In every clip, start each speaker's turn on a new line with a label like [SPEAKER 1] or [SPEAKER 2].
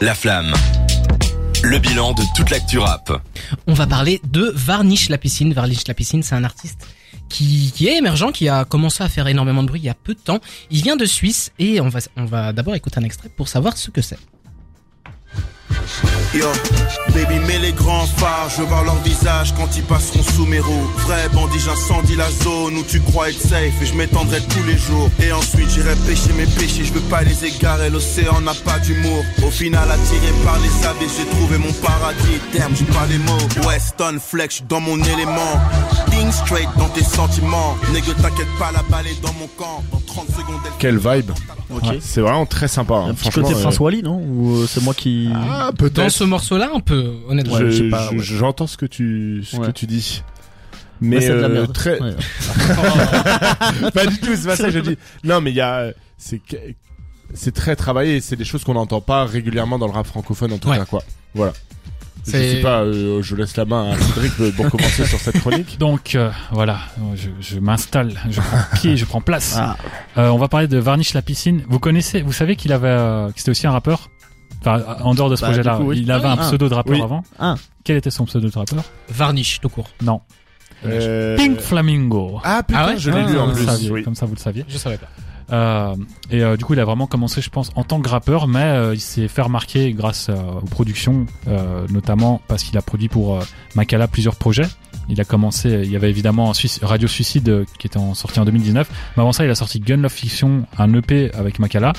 [SPEAKER 1] La flamme. Le bilan de toute l'actu rap.
[SPEAKER 2] On va parler de Varnish la piscine. Varnish la piscine, c'est un artiste qui, qui est émergent, qui a commencé à faire énormément de bruit il y a peu de temps. Il vient de Suisse et on va, on va d'abord écouter un extrait pour savoir ce que c'est.
[SPEAKER 3] Yo, baby, mets les grands phares, je vois leur visage quand ils passeront sous mes roues. Vrai bandit, j'incendie la zone où tu crois être safe et je m'étendrai tous les jours. Et ensuite, j'irai pêcher mes péchés, je veux pas les égarer, l'océan n'a pas d'humour. Au final, attiré par les sables, j'ai trouvé mon paradis. Terme, j'ai pas les mots. Weston Flex, j'suis dans mon élément. Ding straight dans tes sentiments. Nègre, t'inquiète pas, la balle est dans mon camp. Dans 30 secondes, elle
[SPEAKER 4] Quelle vibe.
[SPEAKER 5] Ok.
[SPEAKER 4] Ouais, c'est vraiment très sympa. hein.
[SPEAKER 5] Un petit
[SPEAKER 4] Franchement,
[SPEAKER 5] côté
[SPEAKER 4] euh,
[SPEAKER 5] Prince Wally, non Ou euh, c'est moi qui...
[SPEAKER 4] Ah,
[SPEAKER 2] Dans
[SPEAKER 4] peut-être.
[SPEAKER 2] ce morceau-là, un peu, honnêtement.
[SPEAKER 5] Ouais,
[SPEAKER 4] Je-
[SPEAKER 5] je sais pas,
[SPEAKER 4] je-
[SPEAKER 5] ouais.
[SPEAKER 4] J'entends ce que tu, ce que
[SPEAKER 5] Ouais.
[SPEAKER 4] tu dis.
[SPEAKER 5] Ouais,
[SPEAKER 4] Mais
[SPEAKER 5] c'est de la
[SPEAKER 4] euh,
[SPEAKER 5] merde.
[SPEAKER 4] très,
[SPEAKER 5] Ouais.
[SPEAKER 4] pas du tout, c'est pas ça que je dis. Non, mais il y a, euh, c'est, que- c'est très travaillé, c'est des choses qu'on n'entend pas régulièrement dans le rap francophone en tout
[SPEAKER 2] Ouais.
[SPEAKER 4] cas quoi. Voilà. Je
[SPEAKER 2] C'est-
[SPEAKER 4] sais pas, euh, je laisse la main à Cédric euh, pour commencer sur cette chronique.
[SPEAKER 6] Donc euh, voilà, je, je m'installe, je prends pied, je prends place.
[SPEAKER 5] Ah.
[SPEAKER 6] Euh, on va parler de Varnish la piscine. Vous connaissez, vous savez qu'il avait, euh, que c'était aussi un rappeur. Enfin, en dehors de ce
[SPEAKER 5] Bah,
[SPEAKER 6] projet-là,
[SPEAKER 5] du coup, oui.
[SPEAKER 6] il avait
[SPEAKER 5] Ah,
[SPEAKER 6] un
[SPEAKER 5] oui.
[SPEAKER 6] pseudo de rappeur
[SPEAKER 4] Oui.
[SPEAKER 6] avant.
[SPEAKER 5] Ah.
[SPEAKER 6] Quel était son pseudo de rappeur
[SPEAKER 2] Varnish, tout court.
[SPEAKER 6] Non,
[SPEAKER 4] Euh,
[SPEAKER 6] Pink Flamingo.
[SPEAKER 4] Ah putain,
[SPEAKER 2] Ah ouais
[SPEAKER 4] je l'ai lu
[SPEAKER 6] Ah,
[SPEAKER 4] en
[SPEAKER 6] vous
[SPEAKER 4] plus.
[SPEAKER 6] saviez,
[SPEAKER 4] oui.
[SPEAKER 6] Comme ça, vous le saviez.
[SPEAKER 2] Je savais pas.
[SPEAKER 6] Euh, et euh, du coup, il a vraiment commencé, je pense, en tant que rappeur, mais euh, il s'est fait remarquer grâce euh, aux productions, euh, notamment parce qu'il a produit pour euh, Makala plusieurs projets. Il a commencé, euh, il y avait évidemment Suic- Radio Suicide euh, qui était en, sorti en 2019, mais avant ça, il a sorti Gun Love Fiction, un EP avec Makala.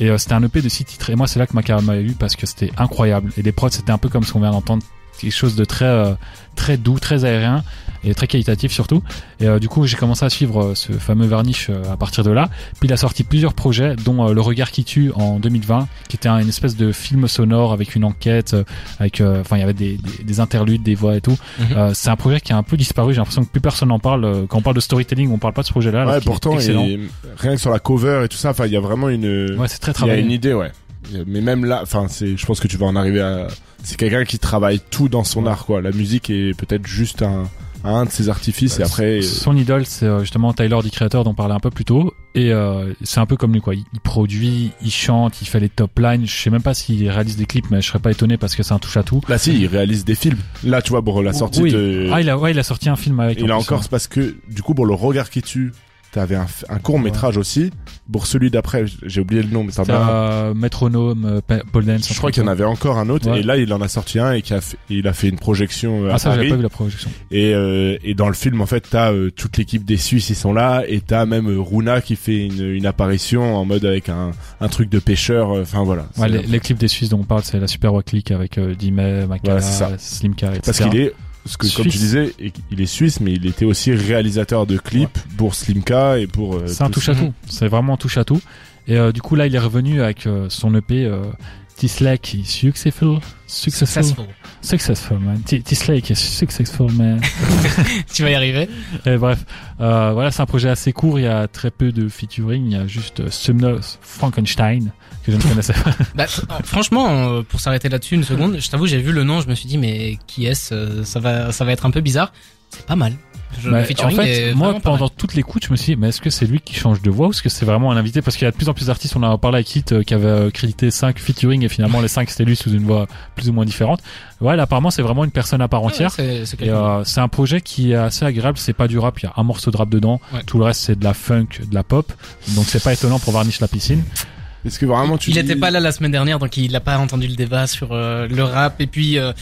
[SPEAKER 6] Et euh, c'était un EP de six titres. Et moi, c'est là que Makala m'a eu parce que c'était incroyable. Et les prods, c'était un peu comme ce qu'on vient d'entendre, quelque chose de très, euh, très doux, très aérien et très qualitatif surtout. Et euh, du coup, j'ai commencé à suivre euh, ce fameux Varnish euh, à partir de là. Puis il a sorti plusieurs projets, dont euh, Le Regard qui tue en 2020, qui était un- une espèce de film sonore avec une enquête, euh, avec, euh, enfin, il y avait des, des, des interludes, des voix et tout.
[SPEAKER 2] Mhm.
[SPEAKER 6] Euh, c'est un projet qui a un peu disparu. J'ai l'impression que plus personne n'en parle. Euh, Quand on parle de storytelling, on parle pas de ce projet-là. alors
[SPEAKER 4] Ouais,
[SPEAKER 6] qu'il est
[SPEAKER 4] pourtant,
[SPEAKER 6] excellent.
[SPEAKER 4] il- rien que sur la cover et tout ça, enfin, il y a vraiment une,
[SPEAKER 6] Ouais, c'est très
[SPEAKER 4] il y a
[SPEAKER 6] travaillé.
[SPEAKER 4] une idée, ouais. Mais même là, enfin, c'est, je pense que tu vas en arriver à, c'est quelqu'un qui travaille tout dans son art, quoi. La musique est peut-être juste un, un de ses artifices et après, euh,
[SPEAKER 6] Son idole, c'est euh, justement Tyler, du créateur dont on parlait un peu plus tôt. Et euh, c'est un peu comme lui, quoi. Il, il produit, il chante, il fait les top lines. Je sais même pas s'il réalise des clips, mais je serais pas étonné parce que c'est un touche à tout.
[SPEAKER 4] Là, si, il réalise des films. Là, tu vois, pour la sortie
[SPEAKER 6] Oui.
[SPEAKER 4] de.
[SPEAKER 6] Ah, il a, ouais, il a sorti un film avec.
[SPEAKER 4] et là
[SPEAKER 6] en plus, hein.
[SPEAKER 4] encore, c'est parce que, du coup, pour le regard qui tue, t'avais un, f- un court métrage aussi. Pour celui d'après, j- j'ai oublié le nom, mais ça
[SPEAKER 6] C'était,
[SPEAKER 4] m'a-
[SPEAKER 6] euh, Métronome, euh, Pa- Paul Dance.
[SPEAKER 4] Je crois qu'il y en avait encore un autre.
[SPEAKER 6] Ouais.
[SPEAKER 4] Et là, il en a sorti un et qui a fait, il a fait une projection euh, à
[SPEAKER 6] Ah, ça, j'avais
[SPEAKER 4] Paris.
[SPEAKER 6] pas vu la projection.
[SPEAKER 4] Et, euh, et dans le film, en fait, t'as euh, toute l'équipe des Suisses, ils sont là, et t'as même euh, Runa qui fait une, une apparition en mode avec un, un truc de pêcheur. euh, Enfin voilà.
[SPEAKER 6] Ouais,
[SPEAKER 4] C'est-
[SPEAKER 6] les, les clips des Suisses dont on parle, c'est la Super Rock League avec euh, Dimet,
[SPEAKER 4] Voilà,
[SPEAKER 6] Makala,
[SPEAKER 4] c'est ça.
[SPEAKER 6] Slimka, etc.
[SPEAKER 4] Parce qu'il est, ce que, comme tu
[SPEAKER 6] Suisse.
[SPEAKER 4] disais, il est suisse, mais il était aussi réalisateur de clips pour Slimka et pour. euh,
[SPEAKER 6] C'est un
[SPEAKER 4] tout
[SPEAKER 6] touche à tout. C'est vraiment un touche à tout. Et euh, du coup, là, il est revenu avec euh, son EP euh, Tislake is Successful.
[SPEAKER 2] Successful.
[SPEAKER 6] Successful. Successful, man. T- Tislake is Successful, man.
[SPEAKER 2] tu vas y arriver.
[SPEAKER 6] Et bref, euh, voilà, c'est un projet assez court. Il y a très peu de featuring. Il y a juste euh, Sumner Frankenstein, que je ne connaissais pas.
[SPEAKER 2] Bah, fr- franchement, euh, pour s'arrêter là-dessus une seconde, je t'avoue, j'ai vu le nom, je me suis dit, mais qui est-ce Euh, Ça va, ça va être un peu bizarre. C'est pas mal. Je,
[SPEAKER 6] Bah,
[SPEAKER 2] le featuring
[SPEAKER 6] en
[SPEAKER 2] est
[SPEAKER 6] fait, moi,
[SPEAKER 2] vraiment pas mal.
[SPEAKER 6] pendant toutes l'écoute, je me suis dit, mais est-ce que c'est lui qui change de voix ou est-ce que c'est vraiment un invité Parce qu'il y a de plus en plus d'artistes, on en a parlé avec Hit, euh, qui avait euh, crédité 5 featuring et finalement les 5 c'était lui sous une voix plus ou moins différente. Ouais, là, apparemment, c'est vraiment une personne à part
[SPEAKER 2] Ah ouais,
[SPEAKER 6] entière.
[SPEAKER 2] c'est- c'est
[SPEAKER 6] Et
[SPEAKER 2] quelqu'un.
[SPEAKER 6] euh, c'est un projet qui est assez agréable, c'est pas du rap, il y a un morceau de rap dedans,
[SPEAKER 2] Ouais.
[SPEAKER 6] tout le reste c'est de la funk, de la pop, donc c'est pas étonnant pour Varnish la piscine.
[SPEAKER 4] Est-ce que vraiment tu
[SPEAKER 2] il
[SPEAKER 4] dis-
[SPEAKER 2] n'était pas là la semaine dernière, donc il n'a pas entendu le débat sur euh, le rap et puis euh,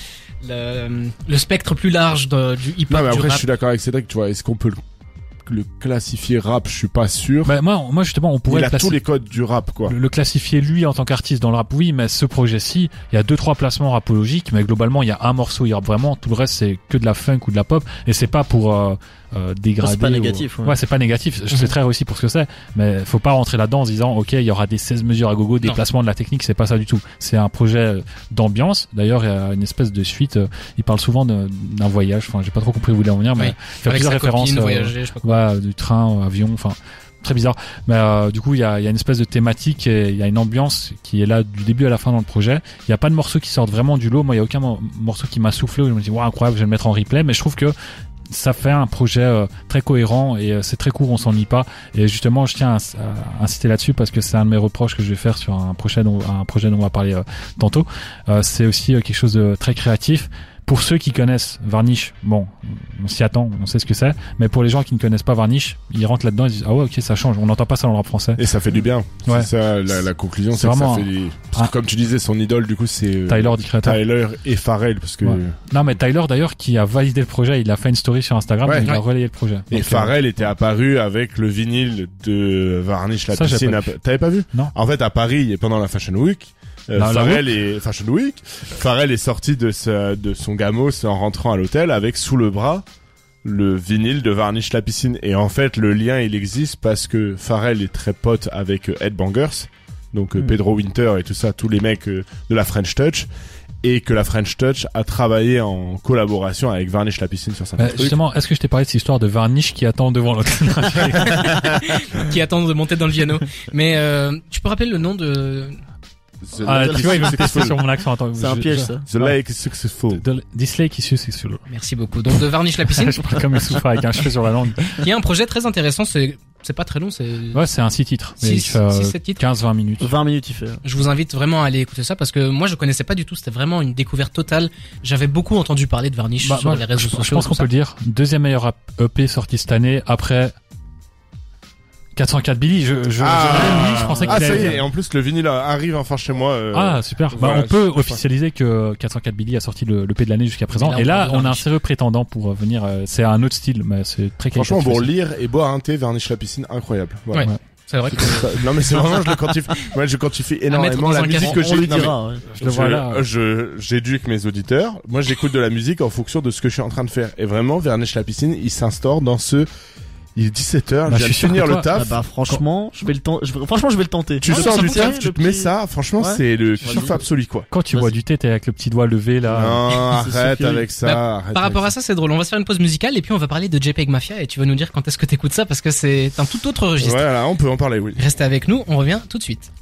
[SPEAKER 2] le, le spectre plus large de- du
[SPEAKER 4] Non,
[SPEAKER 2] hip-hop,
[SPEAKER 4] mais
[SPEAKER 2] du
[SPEAKER 4] après, je
[SPEAKER 2] rap.
[SPEAKER 4] suis d'accord avec Cédric. Tu vois, est-ce qu'on peut le, le classifier rap Je suis pas sûr.
[SPEAKER 6] Bah, moi, moi justement, on
[SPEAKER 4] il
[SPEAKER 6] pourrait le
[SPEAKER 4] a
[SPEAKER 6] placer-
[SPEAKER 4] tous les codes du rap, quoi.
[SPEAKER 6] le, le classifier lui en tant qu'artiste dans le rap, oui, mais ce projet-ci, il y a deux trois placements rapologiques, mais globalement il y a un morceau il y a vraiment, tout le reste c'est que de la funk ou de la pop, et c'est pas pour euh, euh, dégrader.
[SPEAKER 5] C'est pas
[SPEAKER 6] ou-
[SPEAKER 5] négatif,
[SPEAKER 6] Ouais,
[SPEAKER 5] ouais.
[SPEAKER 6] c'est pas négatif. Je sais
[SPEAKER 2] Mhm.
[SPEAKER 6] très réussi pour ce que c'est, mais faut pas rentrer là-dedans en se disant ok il y aura des 16 mesures à gogo, des
[SPEAKER 2] Non.
[SPEAKER 6] placements de la technique, c'est pas ça du tout. C'est un projet euh, d'ambiance. D'ailleurs il y a une espèce de suite. euh, Il parle souvent de- d'un voyage. Enfin j'ai pas trop compris où vous voulez en venir, mais
[SPEAKER 2] Oui.
[SPEAKER 6] il fait
[SPEAKER 2] Avec
[SPEAKER 6] plusieurs
[SPEAKER 2] sa
[SPEAKER 6] références.
[SPEAKER 2] copine,
[SPEAKER 6] euh,
[SPEAKER 2] voyager, je sais pas quoi.
[SPEAKER 6] voilà, du train, euh, avion, enfin très bizarre. Mais euh, du coup, il y a, il y a une espèce de thématique, et il y a une ambiance qui est là du début à la fin dans le projet. Il n'y a pas de morceaux qui sortent vraiment du lot. Moi, il y a aucun mo- morceau qui m'a soufflé où je me dis, waouh, incroyable, je vais le mettre en replay. Mais je trouve que ça fait un projet euh, très cohérent et euh, c'est très court, on s'ennuie pas. Et justement, je tiens à, à insister là-dessus parce que c'est un de mes reproches que je vais faire sur un prochain dont- un projet dont on va parler euh, tantôt. Euh, c'est aussi euh, quelque chose de très créatif. Pour ceux qui connaissent Varnish, bon, on s'y attend, on sait ce que c'est. Mais pour les gens qui ne connaissent pas Varnish, ils rentrent là-dedans, ils disent ah ouais ok ça change, on n'entend pas ça dans le rap français.
[SPEAKER 4] Et ça fait du bien.
[SPEAKER 6] Ouais.
[SPEAKER 4] C'est ça, la, la conclusion,
[SPEAKER 6] C'est
[SPEAKER 4] c'est que ça
[SPEAKER 6] vraiment
[SPEAKER 4] fait du- parce que
[SPEAKER 6] un-
[SPEAKER 4] Comme tu disais, son idole, du coup, c'est euh,
[SPEAKER 6] Tyler, du créateur.
[SPEAKER 4] Tyler et Pharrell, parce que...
[SPEAKER 6] Ouais. Non mais Tyler d'ailleurs qui a validé le projet, il a fait une story sur Instagram,
[SPEAKER 4] Ouais.
[SPEAKER 6] il a
[SPEAKER 4] Ouais.
[SPEAKER 6] relayé le projet.
[SPEAKER 4] Et
[SPEAKER 6] Donc, euh,
[SPEAKER 4] Pharrell était apparu avec le vinyle de Varnish la
[SPEAKER 6] Ça, j'ai
[SPEAKER 4] piscine.
[SPEAKER 6] pas
[SPEAKER 4] à-
[SPEAKER 6] vu.
[SPEAKER 4] T'avais pas vu
[SPEAKER 6] Non.
[SPEAKER 4] En fait, à Paris, et pendant la Fashion Week, euh,
[SPEAKER 6] Dans la
[SPEAKER 4] Pharrell est Fashion Week. Pharrell est sorti de sa- de son gamos en rentrant à l'hôtel avec sous le bras le vinyle de Varnish la piscine. Et en fait, le lien il existe parce que Pharrell est très pote avec euh, Ed Bangers, donc euh,
[SPEAKER 5] Hmm.
[SPEAKER 4] Pedro Winter et tout ça, tous les mecs euh, de la French Touch. Et que la French Touch a travaillé en collaboration avec Varnish la piscine sur certains
[SPEAKER 6] Euh,
[SPEAKER 4] trucs.
[SPEAKER 6] justement, est-ce que je t'ai parlé de cette histoire de Varnish qui attend devant l'hôtel
[SPEAKER 2] qui attendent de monter dans le piano. Mais euh, tu peux rappeler le nom de
[SPEAKER 6] Ah, tu vois, il va me tester sur mon accent. Attends,
[SPEAKER 5] C'est un
[SPEAKER 6] je-
[SPEAKER 5] piège
[SPEAKER 6] je-
[SPEAKER 5] ça.
[SPEAKER 4] The lake is successful.
[SPEAKER 6] De- This lake is successful.
[SPEAKER 2] Merci beaucoup. Donc de Varnish la piscine,
[SPEAKER 6] je parle comme le souffle avec un cheveu sur la langue.
[SPEAKER 2] qui est un projet très intéressant. C'est c'est pas très long, c'est
[SPEAKER 6] Ouais, c'est un six titres. Mais il
[SPEAKER 2] six
[SPEAKER 6] fait, euh,
[SPEAKER 2] six, sept titres.
[SPEAKER 6] 15-20 minutes.
[SPEAKER 5] 20 minutes il fait.
[SPEAKER 2] Je vous invite vraiment à aller écouter ça parce que moi je connaissais pas du tout. C'était vraiment une découverte totale. J'avais beaucoup entendu parler de Varnish
[SPEAKER 6] Bah,
[SPEAKER 2] sur
[SPEAKER 6] bah,
[SPEAKER 2] les réseaux
[SPEAKER 6] je, je
[SPEAKER 2] sociaux.
[SPEAKER 6] pense qu'on
[SPEAKER 2] tout
[SPEAKER 6] peut le dire. Deuxième meilleur rap- EP sorti cette année après 404 Billy. Je, je, je- oui, je pensais qu'il
[SPEAKER 4] Ah, ça y
[SPEAKER 6] allait-
[SPEAKER 4] est, et en plus le vinyle arrive enfin chez moi. euh,
[SPEAKER 6] Ah super. Bah,
[SPEAKER 4] voilà,
[SPEAKER 6] on peut
[SPEAKER 4] je- je-
[SPEAKER 6] officialiser que 404 Billy a sorti le, le P de l'année jusqu'à présent.
[SPEAKER 2] là,
[SPEAKER 6] Et
[SPEAKER 2] on
[SPEAKER 6] là,
[SPEAKER 2] parle de
[SPEAKER 6] on a un
[SPEAKER 2] Varnish.
[SPEAKER 6] sérieux prétendant pour euh, venir. euh, C'est un autre style, mais c'est très
[SPEAKER 4] Franchement,
[SPEAKER 6] qualitatif
[SPEAKER 4] pour
[SPEAKER 6] aussi.
[SPEAKER 4] lire et boire un thé, verniche la piscine, incroyable. Voilà.
[SPEAKER 2] Ouais. ça. C'est vrai que
[SPEAKER 4] Ça- non mais c'est vraiment, je le quantifie. Moi, je quantifie énormément
[SPEAKER 2] dans un
[SPEAKER 4] la musique
[SPEAKER 2] carton,
[SPEAKER 4] que
[SPEAKER 5] on lui
[SPEAKER 4] j'écoute. Non,
[SPEAKER 5] dira. ouais.
[SPEAKER 6] Je le vois là. euh,
[SPEAKER 4] mais je- J'éduque mes auditeurs. Moi, j'écoute de la musique en fonction de ce que je suis en train de faire. Et vraiment, verniche la piscine, il s'instaure dans ce. Il est 17 h
[SPEAKER 6] Bah,
[SPEAKER 4] je
[SPEAKER 6] je
[SPEAKER 4] viens de
[SPEAKER 6] suis sûr
[SPEAKER 4] finir
[SPEAKER 6] que
[SPEAKER 4] le
[SPEAKER 6] toi-
[SPEAKER 5] Ah
[SPEAKER 4] taf.
[SPEAKER 5] bah franchement, je vais le tenter. Franchement, je vais le tenter.
[SPEAKER 4] tu
[SPEAKER 5] Ah,
[SPEAKER 4] sors
[SPEAKER 5] ça
[SPEAKER 4] du
[SPEAKER 5] fonctionne,
[SPEAKER 6] hein,
[SPEAKER 4] taf, tu
[SPEAKER 5] le
[SPEAKER 4] te mets
[SPEAKER 5] petit-
[SPEAKER 4] ça. Franchement,
[SPEAKER 5] Ouais.
[SPEAKER 4] c'est le
[SPEAKER 5] Vas-y.
[SPEAKER 4] kiff absolu, quoi.
[SPEAKER 6] Quand tu
[SPEAKER 5] Vas-y.
[SPEAKER 6] bois du thé, t'es avec le petit doigt levé là.
[SPEAKER 4] Non,
[SPEAKER 2] Ah.
[SPEAKER 5] c'est
[SPEAKER 4] arrête
[SPEAKER 5] suffisant.
[SPEAKER 4] avec
[SPEAKER 2] Bah,
[SPEAKER 4] ça. arrête
[SPEAKER 2] par rapport
[SPEAKER 4] avec
[SPEAKER 2] à ça, c'est drôle. On va se faire une pause musicale et puis on va parler de JPEG Mafia et tu vas nous dire quand est-ce que t'écoutes ça parce que c'est un tout autre
[SPEAKER 4] ça.
[SPEAKER 2] registre.
[SPEAKER 4] Voilà, on peut en parler, oui.
[SPEAKER 2] Restez avec nous, on revient tout de suite.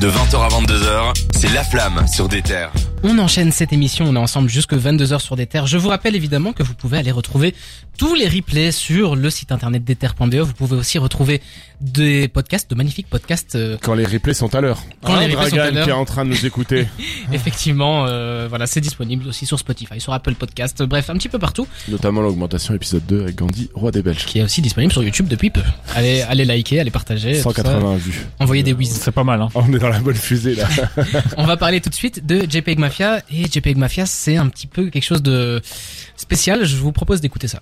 [SPEAKER 1] De 20h à 22h, c'est La Flamme sur des terres.
[SPEAKER 2] On enchaîne cette émission, on est ensemble jusque 22h sur des terres. Je vous rappelle évidemment que vous pouvez aller retrouver tous les replays sur le site internet des terres.be. Vous pouvez aussi retrouver des podcasts, de magnifiques podcasts. euh,
[SPEAKER 4] Quand les replays sont à l'heure.
[SPEAKER 2] Quand les replays sont à
[SPEAKER 4] Hein, Dragan
[SPEAKER 2] l'heure.
[SPEAKER 4] qui est en train de nous écouter.
[SPEAKER 2] effectivement, euh, voilà, c'est disponible aussi sur Spotify, sur Apple Podcasts, euh, bref, un petit peu partout.
[SPEAKER 4] Notamment l'augmentation épisode 2 avec Gandhi, roi des Belges.
[SPEAKER 2] Qui est aussi disponible sur YouTube depuis peu. Allez, allez liker, allez partager. Eh, tout ça.
[SPEAKER 4] 180 vues.
[SPEAKER 2] Envoyez des whiz.
[SPEAKER 6] C'est pas mal. Hein.
[SPEAKER 4] Oh, on est dans la bonne fusée là.
[SPEAKER 2] On va parler tout de suite de JPEG Mafia et JPEG Mafia c'est un petit peu quelque chose de spécial, je vous propose d'écouter ça.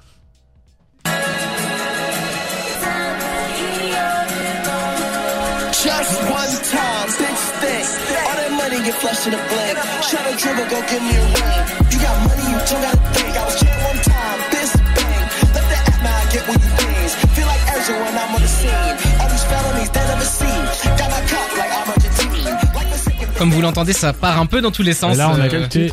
[SPEAKER 7] Just one time, big stick. All that money get flushed in the blink. Shot a dribble, go give me a ring. You got money, you don't gotta think. I was jail one time, this bang. Left the app, now I get what you things. Feel like Ezra when I'm on the scene. All these felonies they never seen. Got my cup like I'm on your team. Like the second
[SPEAKER 2] Comme vous l'entendez, ça part un peu dans tous les sens.
[SPEAKER 6] Et là, on a
[SPEAKER 2] Euh,
[SPEAKER 6] écouté-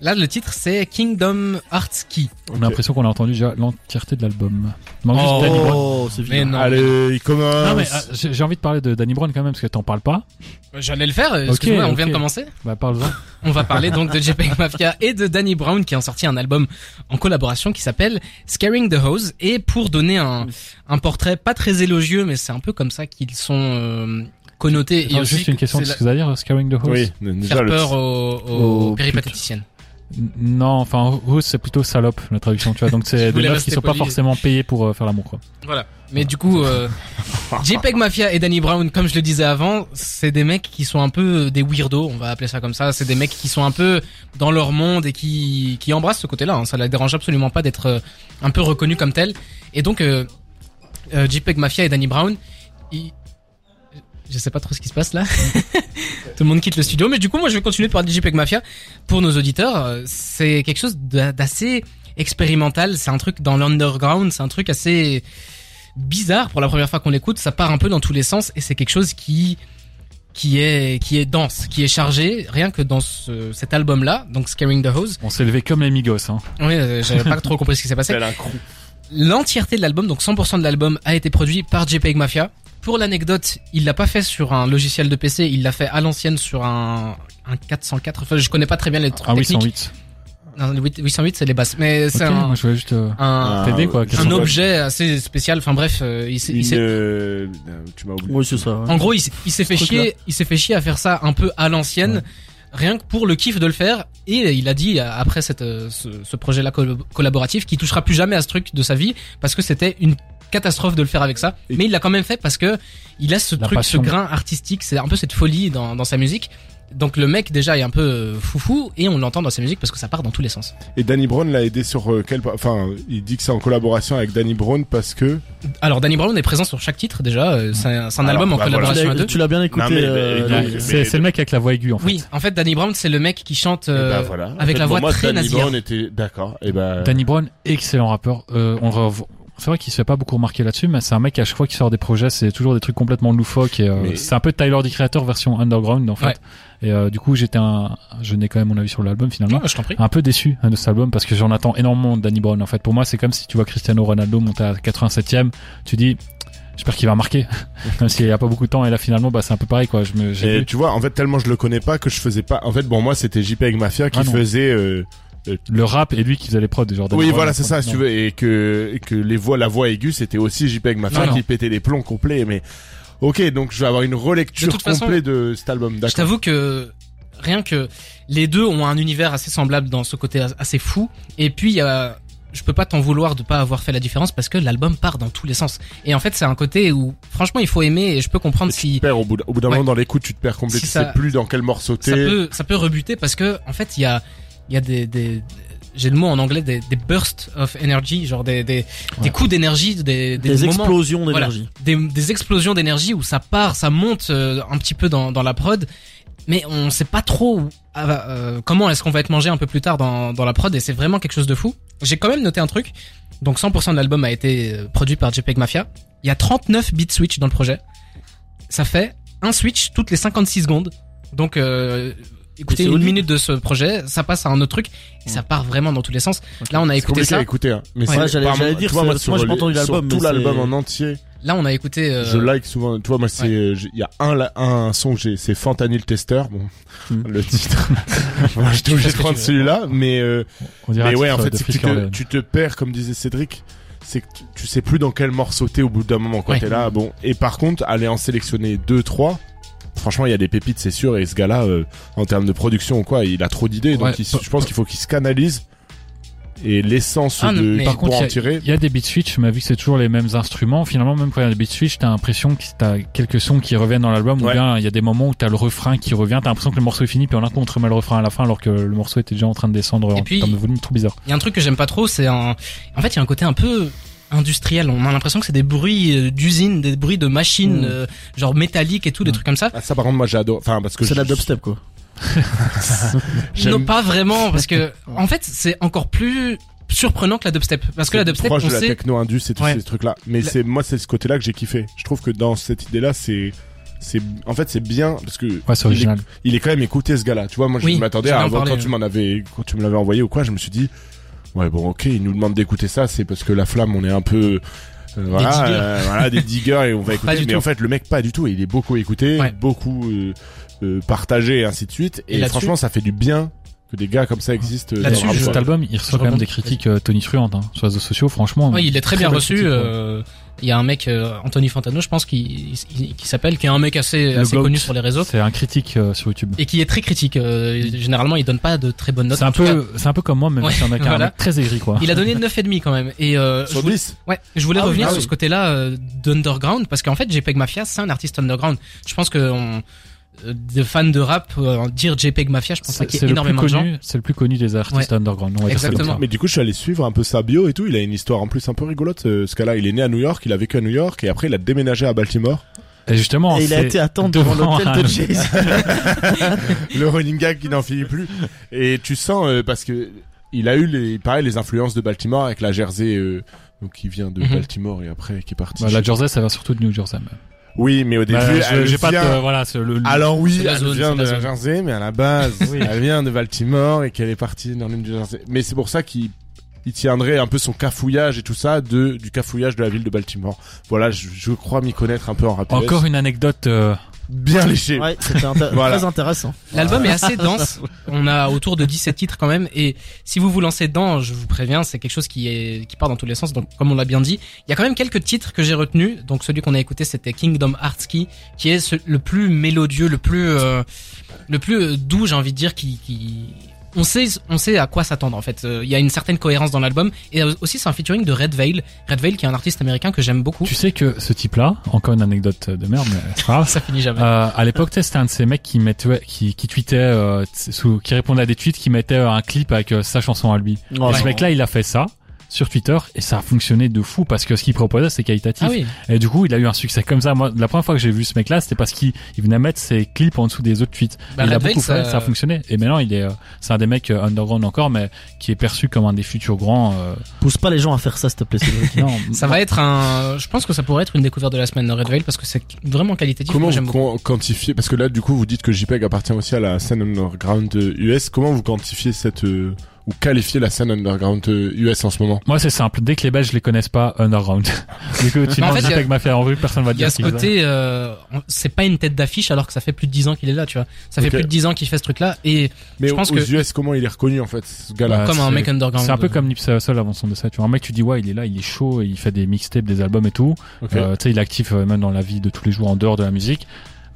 [SPEAKER 2] là, le titre c'est Kingdom Hearts Key.
[SPEAKER 6] On a l'impression qu'on a entendu déjà l'entièreté de l'album. Il manque
[SPEAKER 2] Oh.
[SPEAKER 6] juste Danny Brown.
[SPEAKER 5] Oh, c'est
[SPEAKER 2] Mais
[SPEAKER 5] vilain.
[SPEAKER 2] non,
[SPEAKER 4] Allez, il commence.
[SPEAKER 6] Non mais ah, j'ai j'ai envie de parler de Danny Brown quand même parce que t'en parles pas.
[SPEAKER 2] j'allais le faire, excuse-moi, on
[SPEAKER 6] ok.
[SPEAKER 2] vient de commencer.
[SPEAKER 6] Bah parle-en.
[SPEAKER 2] On va parler donc de JPEG Mafia et de Danny Brown qui ont sorti un album en collaboration qui s'appelle Scaring the Hose et pour donner un, un portrait pas très élogieux mais c'est un peu comme ça qu'ils sont euh, connotés et
[SPEAKER 6] Non,
[SPEAKER 2] aussi
[SPEAKER 6] juste une question
[SPEAKER 2] c'est
[SPEAKER 6] de ce que vous allez dire, Scaring the Host.
[SPEAKER 4] oui,
[SPEAKER 2] la-
[SPEAKER 4] déjà
[SPEAKER 2] faire
[SPEAKER 4] le
[SPEAKER 2] peur aux, aux
[SPEAKER 6] Aux
[SPEAKER 2] péripatéticiennes.
[SPEAKER 6] N- Non, enfin Host c'est plutôt salope la traduction, tu vois. Donc
[SPEAKER 2] Je
[SPEAKER 6] c'est des
[SPEAKER 2] voulais
[SPEAKER 6] meufs qui
[SPEAKER 2] rester
[SPEAKER 6] sont pas
[SPEAKER 2] poli.
[SPEAKER 6] forcément payées pour euh, faire l'amour quoi.
[SPEAKER 2] Voilà. Mais du coup, euh, JPEG Mafia et Danny Brown, comme je le disais avant, c'est des mecs qui sont un peu euh, des weirdos, on va appeler ça comme ça. C'est des mecs qui sont un peu dans leur monde et qui, qui embrassent ce côté-là. hein. Ça la dérange absolument pas d'être euh, un peu reconnu comme tel. Et donc, euh, euh, JPEG Mafia et Danny Brown, ils... Je sais pas trop ce qui se passe là. Tout le monde quitte le studio. Mais du coup, moi, je vais continuer de parler de JPEG Mafia. Pour nos auditeurs, euh, c'est quelque chose d'a- d'assez expérimental. C'est un truc dans l'underground. C'est un truc assez bizarre pour la première fois qu'on l'écoute, ça part un peu dans tous les sens et c'est quelque chose qui qui est qui est dense, qui est chargé rien que dans ce, cet album là, donc Scaring the Hose.
[SPEAKER 6] On s'est levé comme les Migos. Hein.
[SPEAKER 2] Oui, euh, j'avais pas trop compris ce qui s'est passé.
[SPEAKER 4] tel un crew.
[SPEAKER 2] L'entièreté de l'album, donc 100% de l'album a été produit par JPEG Mafia. Pour l'anecdote, il l'a pas fait sur un logiciel de PC, il l'a fait à l'ancienne sur un un 404. Enfin, je connais pas très bien les trucs
[SPEAKER 6] Ah oui
[SPEAKER 2] techniques.
[SPEAKER 6] 108.
[SPEAKER 2] Non, le 8- 808, c'est les basses. Mais c'est hein.
[SPEAKER 6] Ok,
[SPEAKER 2] un,
[SPEAKER 6] moi je voulais juste euh,
[SPEAKER 2] un,
[SPEAKER 4] Ah,
[SPEAKER 6] t'aider quoi.
[SPEAKER 4] je
[SPEAKER 6] qu'est-ce
[SPEAKER 2] un
[SPEAKER 6] qu'on-
[SPEAKER 2] objet assez spécial. Enfin bref, euh, il s'est-
[SPEAKER 4] Une,
[SPEAKER 2] il s'est
[SPEAKER 4] euh, tu m'as oublié.
[SPEAKER 5] Oui, c'est ça. ouais.
[SPEAKER 2] En gros, il, s- il s'est fait
[SPEAKER 5] truc-là.
[SPEAKER 2] chier, il s'est fait chier à faire ça un peu à l'ancienne, rien que pour le kiff de le faire. Et il a dit euh, après cette, euh, ce, ce projet-là col- collaboratif qu'il touchera plus jamais à ce truc de sa vie parce que c'était une catastrophe de le faire avec ça.
[SPEAKER 4] Et-
[SPEAKER 2] Mais il l'a quand même fait parce que il a ce
[SPEAKER 6] La
[SPEAKER 2] truc,
[SPEAKER 6] passion.
[SPEAKER 2] ce grain artistique, c'est un peu cette folie dans, dans sa musique. Donc le mec déjà est un peu euh, foufou et on l'entend dans sa musique parce que ça part dans tous les sens.
[SPEAKER 4] Et Danny Brown l'a aidé sur euh, quel... Enfin, il dit que c'est en collaboration avec Danny Brown parce
[SPEAKER 2] Euh,
[SPEAKER 4] que...
[SPEAKER 2] Alors Danny Brown est présent sur chaque titre déjà, euh, c'est un, c'est un
[SPEAKER 4] Alors,
[SPEAKER 2] album en
[SPEAKER 4] bah voilà.
[SPEAKER 5] Tu
[SPEAKER 2] collaboration
[SPEAKER 5] l'as-
[SPEAKER 2] à deux.
[SPEAKER 5] Tu l'as bien écouté.
[SPEAKER 4] Non, mais-
[SPEAKER 5] euh,
[SPEAKER 4] mais-
[SPEAKER 5] Louis.
[SPEAKER 4] mais-
[SPEAKER 6] C'est c'est le mec avec la voix aiguë en fait.
[SPEAKER 2] Oui, en fait Danny Brown c'est le mec qui chante euh,
[SPEAKER 4] Eh ben, voilà. En
[SPEAKER 2] avec
[SPEAKER 4] fait,
[SPEAKER 2] la
[SPEAKER 4] pour
[SPEAKER 2] voix
[SPEAKER 4] moi,
[SPEAKER 2] très
[SPEAKER 4] Danny
[SPEAKER 2] nasillarde.
[SPEAKER 4] Brown était... D'accord. Et ben...
[SPEAKER 6] Danny Brown, excellent rappeur. Euh, on le rev- C'est vrai qu'il se fait pas beaucoup remarquer là-dessus, mais c'est un mec à chaque fois qui sort des projets, c'est toujours des trucs complètement loufoques. Et, euh,
[SPEAKER 4] Mais-
[SPEAKER 6] C'est un peu Tyler the Creator version underground en fait.
[SPEAKER 2] Ouais.
[SPEAKER 6] Et euh, du coup, j'étais un, je n'ai quand même mon avis sur l'album finalement.
[SPEAKER 2] Non, je t'en prie.
[SPEAKER 6] Un peu déçu hein, de cet album parce que j'en attends énormément de Danny Brown. En fait, pour moi, c'est comme si tu vois Cristiano Ronaldo monter à 87ème, tu dis. J'espère qu'il va marquer, même s'il n'y a pas beaucoup de temps. Et là, finalement, bah, c'est un peu pareil, quoi. Je me, j'ai
[SPEAKER 4] Et
[SPEAKER 6] vu
[SPEAKER 4] tu vois, en fait, tellement je le connais pas que je faisais pas. En fait, bon, moi, c'était JPEG Mafia qui
[SPEAKER 6] Ah non.
[SPEAKER 4] faisait. euh,
[SPEAKER 6] le rap et lui qui faisait les prods, genre.
[SPEAKER 2] bah,
[SPEAKER 6] Danny
[SPEAKER 4] Oui,
[SPEAKER 6] Brown,
[SPEAKER 4] voilà,
[SPEAKER 6] en
[SPEAKER 4] c'est
[SPEAKER 6] fait,
[SPEAKER 4] ça, si
[SPEAKER 6] non.
[SPEAKER 4] tu veux, et que et que les voix, la voix aiguë, c'était aussi JPEG Mafia
[SPEAKER 2] Non, non.
[SPEAKER 4] qui pétait les plombs complets. Mais ok, donc je vais avoir une relecture
[SPEAKER 2] De toute façon,
[SPEAKER 4] complète de cet album.
[SPEAKER 2] Je
[SPEAKER 4] D'accord.
[SPEAKER 2] t'avoue que rien que les deux ont un univers assez semblable dans ce côté assez fou. Et puis il y a- je peux pas t'en vouloir de pas avoir fait la différence parce que l'album part dans tous les sens. Et en fait c'est un côté où franchement il faut aimer et je peux comprendre
[SPEAKER 4] Et Tu
[SPEAKER 2] si
[SPEAKER 4] te perds au bout d'un- au bout d'un
[SPEAKER 2] Ouais.
[SPEAKER 4] moment dans l'écoute, tu te perds complètement.
[SPEAKER 2] Si
[SPEAKER 4] tu
[SPEAKER 2] ça-
[SPEAKER 4] sais plus dans quel morceau
[SPEAKER 2] ça
[SPEAKER 4] t'es.
[SPEAKER 2] peut ça peut rebuter parce que en fait il y a il y a des, des- j'ai le mot en anglais des, des bursts of energy genre des des, des coups d'énergie des des,
[SPEAKER 5] Des
[SPEAKER 2] moments
[SPEAKER 5] explosions d'énergie.
[SPEAKER 2] des, des explosions d'énergie où ça part, ça monte euh, un petit peu dans, dans la prod, mais on sait pas trop où- ah, bah, euh, comment est-ce qu'on va être mangé un peu plus tard dans, dans la prod et c'est vraiment quelque chose de fou. J'ai quand même noté un truc, donc 100% de l'album a été euh, produit par JPEG Mafia. Il y a 39 bits switch dans le projet. Ça fait un switch toutes les 56 secondes. Donc euh, écoutez
[SPEAKER 5] c'est
[SPEAKER 2] une
[SPEAKER 5] audible.
[SPEAKER 2] minute de ce projet, ça passe à un autre truc et ça part vraiment dans tous les sens. Là on a
[SPEAKER 4] C'est
[SPEAKER 2] écouté
[SPEAKER 4] compliqué à
[SPEAKER 2] ça.
[SPEAKER 4] écouter, hein. Mais
[SPEAKER 5] Ouais,
[SPEAKER 4] c'est-
[SPEAKER 5] j'allais-
[SPEAKER 4] par-
[SPEAKER 5] j'allais
[SPEAKER 4] tu
[SPEAKER 5] dire,
[SPEAKER 4] vois,
[SPEAKER 5] c'est-
[SPEAKER 4] moi,
[SPEAKER 5] parce que moi,
[SPEAKER 4] sur
[SPEAKER 5] j'ai pas
[SPEAKER 4] les-
[SPEAKER 5] entendu l'album,
[SPEAKER 4] sur tout
[SPEAKER 5] mais
[SPEAKER 4] l'album
[SPEAKER 5] c'est-
[SPEAKER 4] en entier.
[SPEAKER 2] Là on a écouté. euh,
[SPEAKER 4] Je like souvent. Tu vois, moi, c'est,
[SPEAKER 2] ouais.
[SPEAKER 4] euh, j- il y a un, la- un son que j'ai, c'est Fentanyl Tester. Bon,
[SPEAKER 5] Hmm.
[SPEAKER 4] le titre. voilà,
[SPEAKER 2] Tu fais
[SPEAKER 4] j'étais obligé
[SPEAKER 2] ce
[SPEAKER 4] de
[SPEAKER 2] que
[SPEAKER 4] prendre
[SPEAKER 2] tu veux.
[SPEAKER 4] celui-là, mais, euh,
[SPEAKER 6] On dirait
[SPEAKER 4] mais
[SPEAKER 6] un
[SPEAKER 4] ouais, en
[SPEAKER 6] titre
[SPEAKER 4] fait,
[SPEAKER 6] de
[SPEAKER 4] c'est que tu
[SPEAKER 6] Frisk
[SPEAKER 4] te,
[SPEAKER 6] Orleans.
[SPEAKER 4] tu te perds, comme disait Cédric, c'est que tu, tu sais plus dans quel morceau t'es au bout d'un moment quand
[SPEAKER 2] Ouais.
[SPEAKER 4] t'es là. Bon, et par contre, aller en sélectionner deux, trois. Franchement, il y a des pépites, c'est sûr. Et ce gars-là, euh, en termes de production ou quoi, il a trop d'idées.
[SPEAKER 6] Ouais.
[SPEAKER 4] donc, il- je pense qu'il faut qu'il se canalise et l'essence
[SPEAKER 2] Ah non,
[SPEAKER 4] de
[SPEAKER 2] mais-
[SPEAKER 4] pour
[SPEAKER 2] Par
[SPEAKER 6] contre,
[SPEAKER 4] en tirer.
[SPEAKER 6] Il y a des beat switch, mais vu que c'est toujours les mêmes instruments, finalement, même quand il y a des beat switch, t'as l'impression que t'as quelques sons qui reviennent dans l'album, ou
[SPEAKER 4] Ouais.
[SPEAKER 6] bien il y a des moments où t'as le refrain qui revient, t'as l'impression que le morceau est fini, puis en un coup on te remet le refrain à la fin, alors que le morceau était déjà en train de descendre
[SPEAKER 2] Et
[SPEAKER 6] en
[SPEAKER 2] puis-
[SPEAKER 6] termes de volume, trop bizarre.
[SPEAKER 2] Il y a un truc que j'aime pas trop, c'est un. En fait, il y a un côté un peu industriel. On a l'impression que c'est des bruits euh, d'usine, des bruits de machines,
[SPEAKER 5] Mm.
[SPEAKER 2] euh, genre métalliques et tout, des trucs comme ça.
[SPEAKER 4] Ah, ça, par contre, moi, j'adore. Enfin, parce que
[SPEAKER 5] C'est de la
[SPEAKER 4] je-
[SPEAKER 5] dubstep, quoi.
[SPEAKER 4] J'aime-
[SPEAKER 2] Non, pas vraiment, parce que en fait, c'est encore plus surprenant que la dubstep, parce que la
[SPEAKER 4] C'est
[SPEAKER 2] dubstep,
[SPEAKER 4] proche
[SPEAKER 2] on
[SPEAKER 4] de la
[SPEAKER 2] sait.
[SPEAKER 4] techno indus et tous
[SPEAKER 2] Ouais.
[SPEAKER 4] ces trucs là mais
[SPEAKER 2] La-
[SPEAKER 4] c'est moi c'est ce côté là que j'ai kiffé je trouve que dans cette idée là c'est c'est en fait c'est bien parce que
[SPEAKER 6] Ouais,
[SPEAKER 4] il est-
[SPEAKER 6] c'est original.
[SPEAKER 4] il est, quand même écouté ce gars là tu vois moi je
[SPEAKER 2] Oui,
[SPEAKER 4] m'attendais à
[SPEAKER 2] j'allais en
[SPEAKER 4] avant,
[SPEAKER 2] parler,
[SPEAKER 4] quand
[SPEAKER 2] ouais.
[SPEAKER 4] tu m'en avais quand tu me l'avais envoyé ou quoi je me suis dit ouais bon ok il nous demande d'écouter ça c'est parce que la flamme on est un peu euh, voilà,
[SPEAKER 2] diggers.
[SPEAKER 4] euh, voilà des diggers et on va écouter
[SPEAKER 2] du
[SPEAKER 4] mais
[SPEAKER 2] tout.
[SPEAKER 4] en fait le mec pas du tout il est beaucoup écouté
[SPEAKER 2] Ouais.
[SPEAKER 4] beaucoup euh, euh, partagé et ainsi de suite
[SPEAKER 2] Et
[SPEAKER 4] et,
[SPEAKER 2] là-dessus-
[SPEAKER 4] franchement ça fait du bien que des gars comme ça existent euh,
[SPEAKER 2] Là-dessus,
[SPEAKER 4] dans le
[SPEAKER 2] je-
[SPEAKER 6] Cet
[SPEAKER 4] rap.
[SPEAKER 6] album, il
[SPEAKER 2] je
[SPEAKER 6] reçoit quand même
[SPEAKER 2] rebondis.
[SPEAKER 6] des critiques euh, tonitruantes hein, sur les réseaux sociaux, franchement.
[SPEAKER 2] Ouais, il est très bien
[SPEAKER 6] bonne
[SPEAKER 2] reçu.
[SPEAKER 6] critique, ouais.
[SPEAKER 2] euh, Il y a un mec, euh, Anthony Fantano, je pense, qui, qui, qui s'appelle, qui est un mec assez,
[SPEAKER 6] Le
[SPEAKER 2] assez
[SPEAKER 6] GOAT,
[SPEAKER 2] connu sur les réseaux
[SPEAKER 6] C'est un critique euh, sur YouTube.
[SPEAKER 2] et qui est très critique. Euh, généralement, il donne pas de très bonnes notes.
[SPEAKER 6] C'est un
[SPEAKER 2] en tout cas.
[SPEAKER 6] peu, c'est un peu comme moi, même
[SPEAKER 2] Ouais,
[SPEAKER 6] si on a un
[SPEAKER 2] voilà.
[SPEAKER 6] mec très aigri, quoi.
[SPEAKER 2] Il a donné 9,5 quand même. Et euh, je
[SPEAKER 4] sur
[SPEAKER 2] voulais-
[SPEAKER 4] 10
[SPEAKER 2] Ouais, je voulais
[SPEAKER 5] Ah oui,
[SPEAKER 2] revenir
[SPEAKER 5] ah
[SPEAKER 2] sur
[SPEAKER 5] oui.
[SPEAKER 2] ce côté-là euh, d'underground parce qu'en fait, JPEG Mafia, c'est un artiste underground. Je pense que on, euh, des fans de rap, euh, dire JPEG Mafia, je pense pas
[SPEAKER 6] C'est
[SPEAKER 2] qu'il y
[SPEAKER 6] c'est
[SPEAKER 2] ait
[SPEAKER 6] le plus
[SPEAKER 2] énormément de gens.
[SPEAKER 6] connu, c'est le plus connu des artistes underground. on va dire ça comme
[SPEAKER 2] Exactement.
[SPEAKER 6] ça.
[SPEAKER 4] Mais du coup, je suis allé suivre un peu sa bio et tout. Il a une histoire en plus un peu rigolote. euh, Ce cas-là, il est né à New York, il a vécu à New York et après il a déménagé à Baltimore.
[SPEAKER 6] Et justement,
[SPEAKER 5] Et il a
[SPEAKER 6] c'est
[SPEAKER 5] été attendre devant l'hôtel
[SPEAKER 6] un-
[SPEAKER 5] de Jay-Z.
[SPEAKER 4] Le running gag qui n'en finit plus. Et tu sens euh, parce que il a eu les pareil les influences de Baltimore avec la Jersey. euh, donc qui vient de
[SPEAKER 2] Mhm.
[SPEAKER 4] Baltimore et après qui est parti.
[SPEAKER 6] Bah, la Jersey, ça vient surtout de New Jersey. mais-
[SPEAKER 4] Oui, mais au début,
[SPEAKER 6] Bah, je-
[SPEAKER 4] elle
[SPEAKER 6] j'ai pas de-
[SPEAKER 4] vient-
[SPEAKER 6] voilà, c'est le, le-
[SPEAKER 4] Alors oui,
[SPEAKER 2] C'est la
[SPEAKER 4] elle
[SPEAKER 2] zone,
[SPEAKER 4] vient
[SPEAKER 2] c'est la
[SPEAKER 4] de la
[SPEAKER 2] zone.
[SPEAKER 4] Jersey, mais à la base, elle vient de Baltimore et qu'elle est partie dans l'une du Jersey. Mais c'est pour ça qu'il il tiendrait un peu son cafouillage et tout ça de du cafouillage de la ville de Baltimore. Voilà, je, je crois m'y connaître un peu en rap.
[SPEAKER 6] encore une anecdote euh,
[SPEAKER 4] bien léché.
[SPEAKER 5] Ouais, c'était intér-
[SPEAKER 4] Voilà.
[SPEAKER 5] très intéressant.
[SPEAKER 2] L'album est assez dense. On a autour de 17 titres quand même. Et si vous vous lancez dedans, je vous préviens, c'est quelque chose qui est, qui part dans tous les sens. Donc, comme on l'a bien dit, il y a quand même quelques titres que j'ai retenus. Donc, celui qu'on a écouté, c'était Kingdom Hearts Key, qui est ce- le plus mélodieux, le plus, euh, le plus euh, doux, j'ai envie de dire, qui, qui, on sait, on sait à quoi s'attendre en fait. Euh, Il y a une certaine cohérence dans l'album. Et euh, aussi, c'est un featuring de Red Veil. Red Veil, qui est un artiste américain que j'aime beaucoup.
[SPEAKER 6] Tu sais que ce type-là, encore une anecdote de merde, mais c'est pas grave.
[SPEAKER 2] Ça finit jamais.
[SPEAKER 6] Euh, à l'époque, tu sais, c'était un de ces mecs qui mettait, qui, qui tweetait, euh, t- sous- qui répondait à des tweets, qui mettait euh, un clip avec euh, sa chanson à lui.
[SPEAKER 5] Ouais.
[SPEAKER 6] Et ce mec-là, il a fait ça sur Twitter et ça a fonctionné de fou parce que ce qu'il proposait, c'est qualitatif.
[SPEAKER 2] ah oui.
[SPEAKER 6] Et du coup, il a eu un succès comme ça. Moi, la première fois que j'ai vu ce mec-là, c'était parce qu'il il venait mettre ses clips en dessous des autres tweets.
[SPEAKER 2] Bah,
[SPEAKER 6] il a
[SPEAKER 2] Red
[SPEAKER 6] beaucoup
[SPEAKER 2] Veil,
[SPEAKER 6] fait,
[SPEAKER 2] ça-
[SPEAKER 6] ça a fonctionné. Et maintenant, il est, euh, c'est un des mecs euh, underground encore, mais qui est perçu comme un des futurs grands. euh,
[SPEAKER 5] Pousse pas les gens à faire ça, s'il te plaît. Cédric.
[SPEAKER 6] non,
[SPEAKER 2] Ça va être un. Je pense que ça pourrait être une découverte de la semaine de Red Veil parce que c'est vraiment qualitatif.
[SPEAKER 4] Comment
[SPEAKER 2] Moi,
[SPEAKER 4] vous
[SPEAKER 2] j'aime beaucoup.
[SPEAKER 4] quan- quantifiez Parce que là, du coup, vous dites que JPEG appartient aussi à la scène underground euh, US. Comment vous quantifiez cette euh, ou qualifiez la scène underground euh, US en ce moment
[SPEAKER 6] Moi, c'est simple. Dès que les Belges les connaissent pas, underground. du coup, tu
[SPEAKER 2] Mais en
[SPEAKER 6] lances
[SPEAKER 2] fait, il y a-
[SPEAKER 6] JPEG Mafia en rue, personne va te
[SPEAKER 2] Il y
[SPEAKER 6] dire
[SPEAKER 2] a ce
[SPEAKER 6] qui c'est.
[SPEAKER 2] côté, euh, on- c'est pas une tête d'affiche alors que ça fait plus de 10 ans qu'il est là, tu vois. Ça fait
[SPEAKER 4] Ok.
[SPEAKER 2] plus de 10 ans qu'il fait ce truc-là et
[SPEAKER 4] Mais
[SPEAKER 2] Je
[SPEAKER 4] aux
[SPEAKER 2] pense
[SPEAKER 4] aux
[SPEAKER 2] que-
[SPEAKER 4] US, comment il est reconnu en fait, ce gars-là
[SPEAKER 6] Bah,
[SPEAKER 2] comme un
[SPEAKER 6] c'est-
[SPEAKER 2] mec underground.
[SPEAKER 6] C'est un peu comme Nipsey Hussle avant son décès. Tu vois, un mec, tu dis ouais, il est là, il est chaud, il fait des mixtapes, des albums et tout.
[SPEAKER 4] Ok.
[SPEAKER 6] Euh, tu sais, il est actif euh, même dans la vie de tous les jours en dehors de la musique.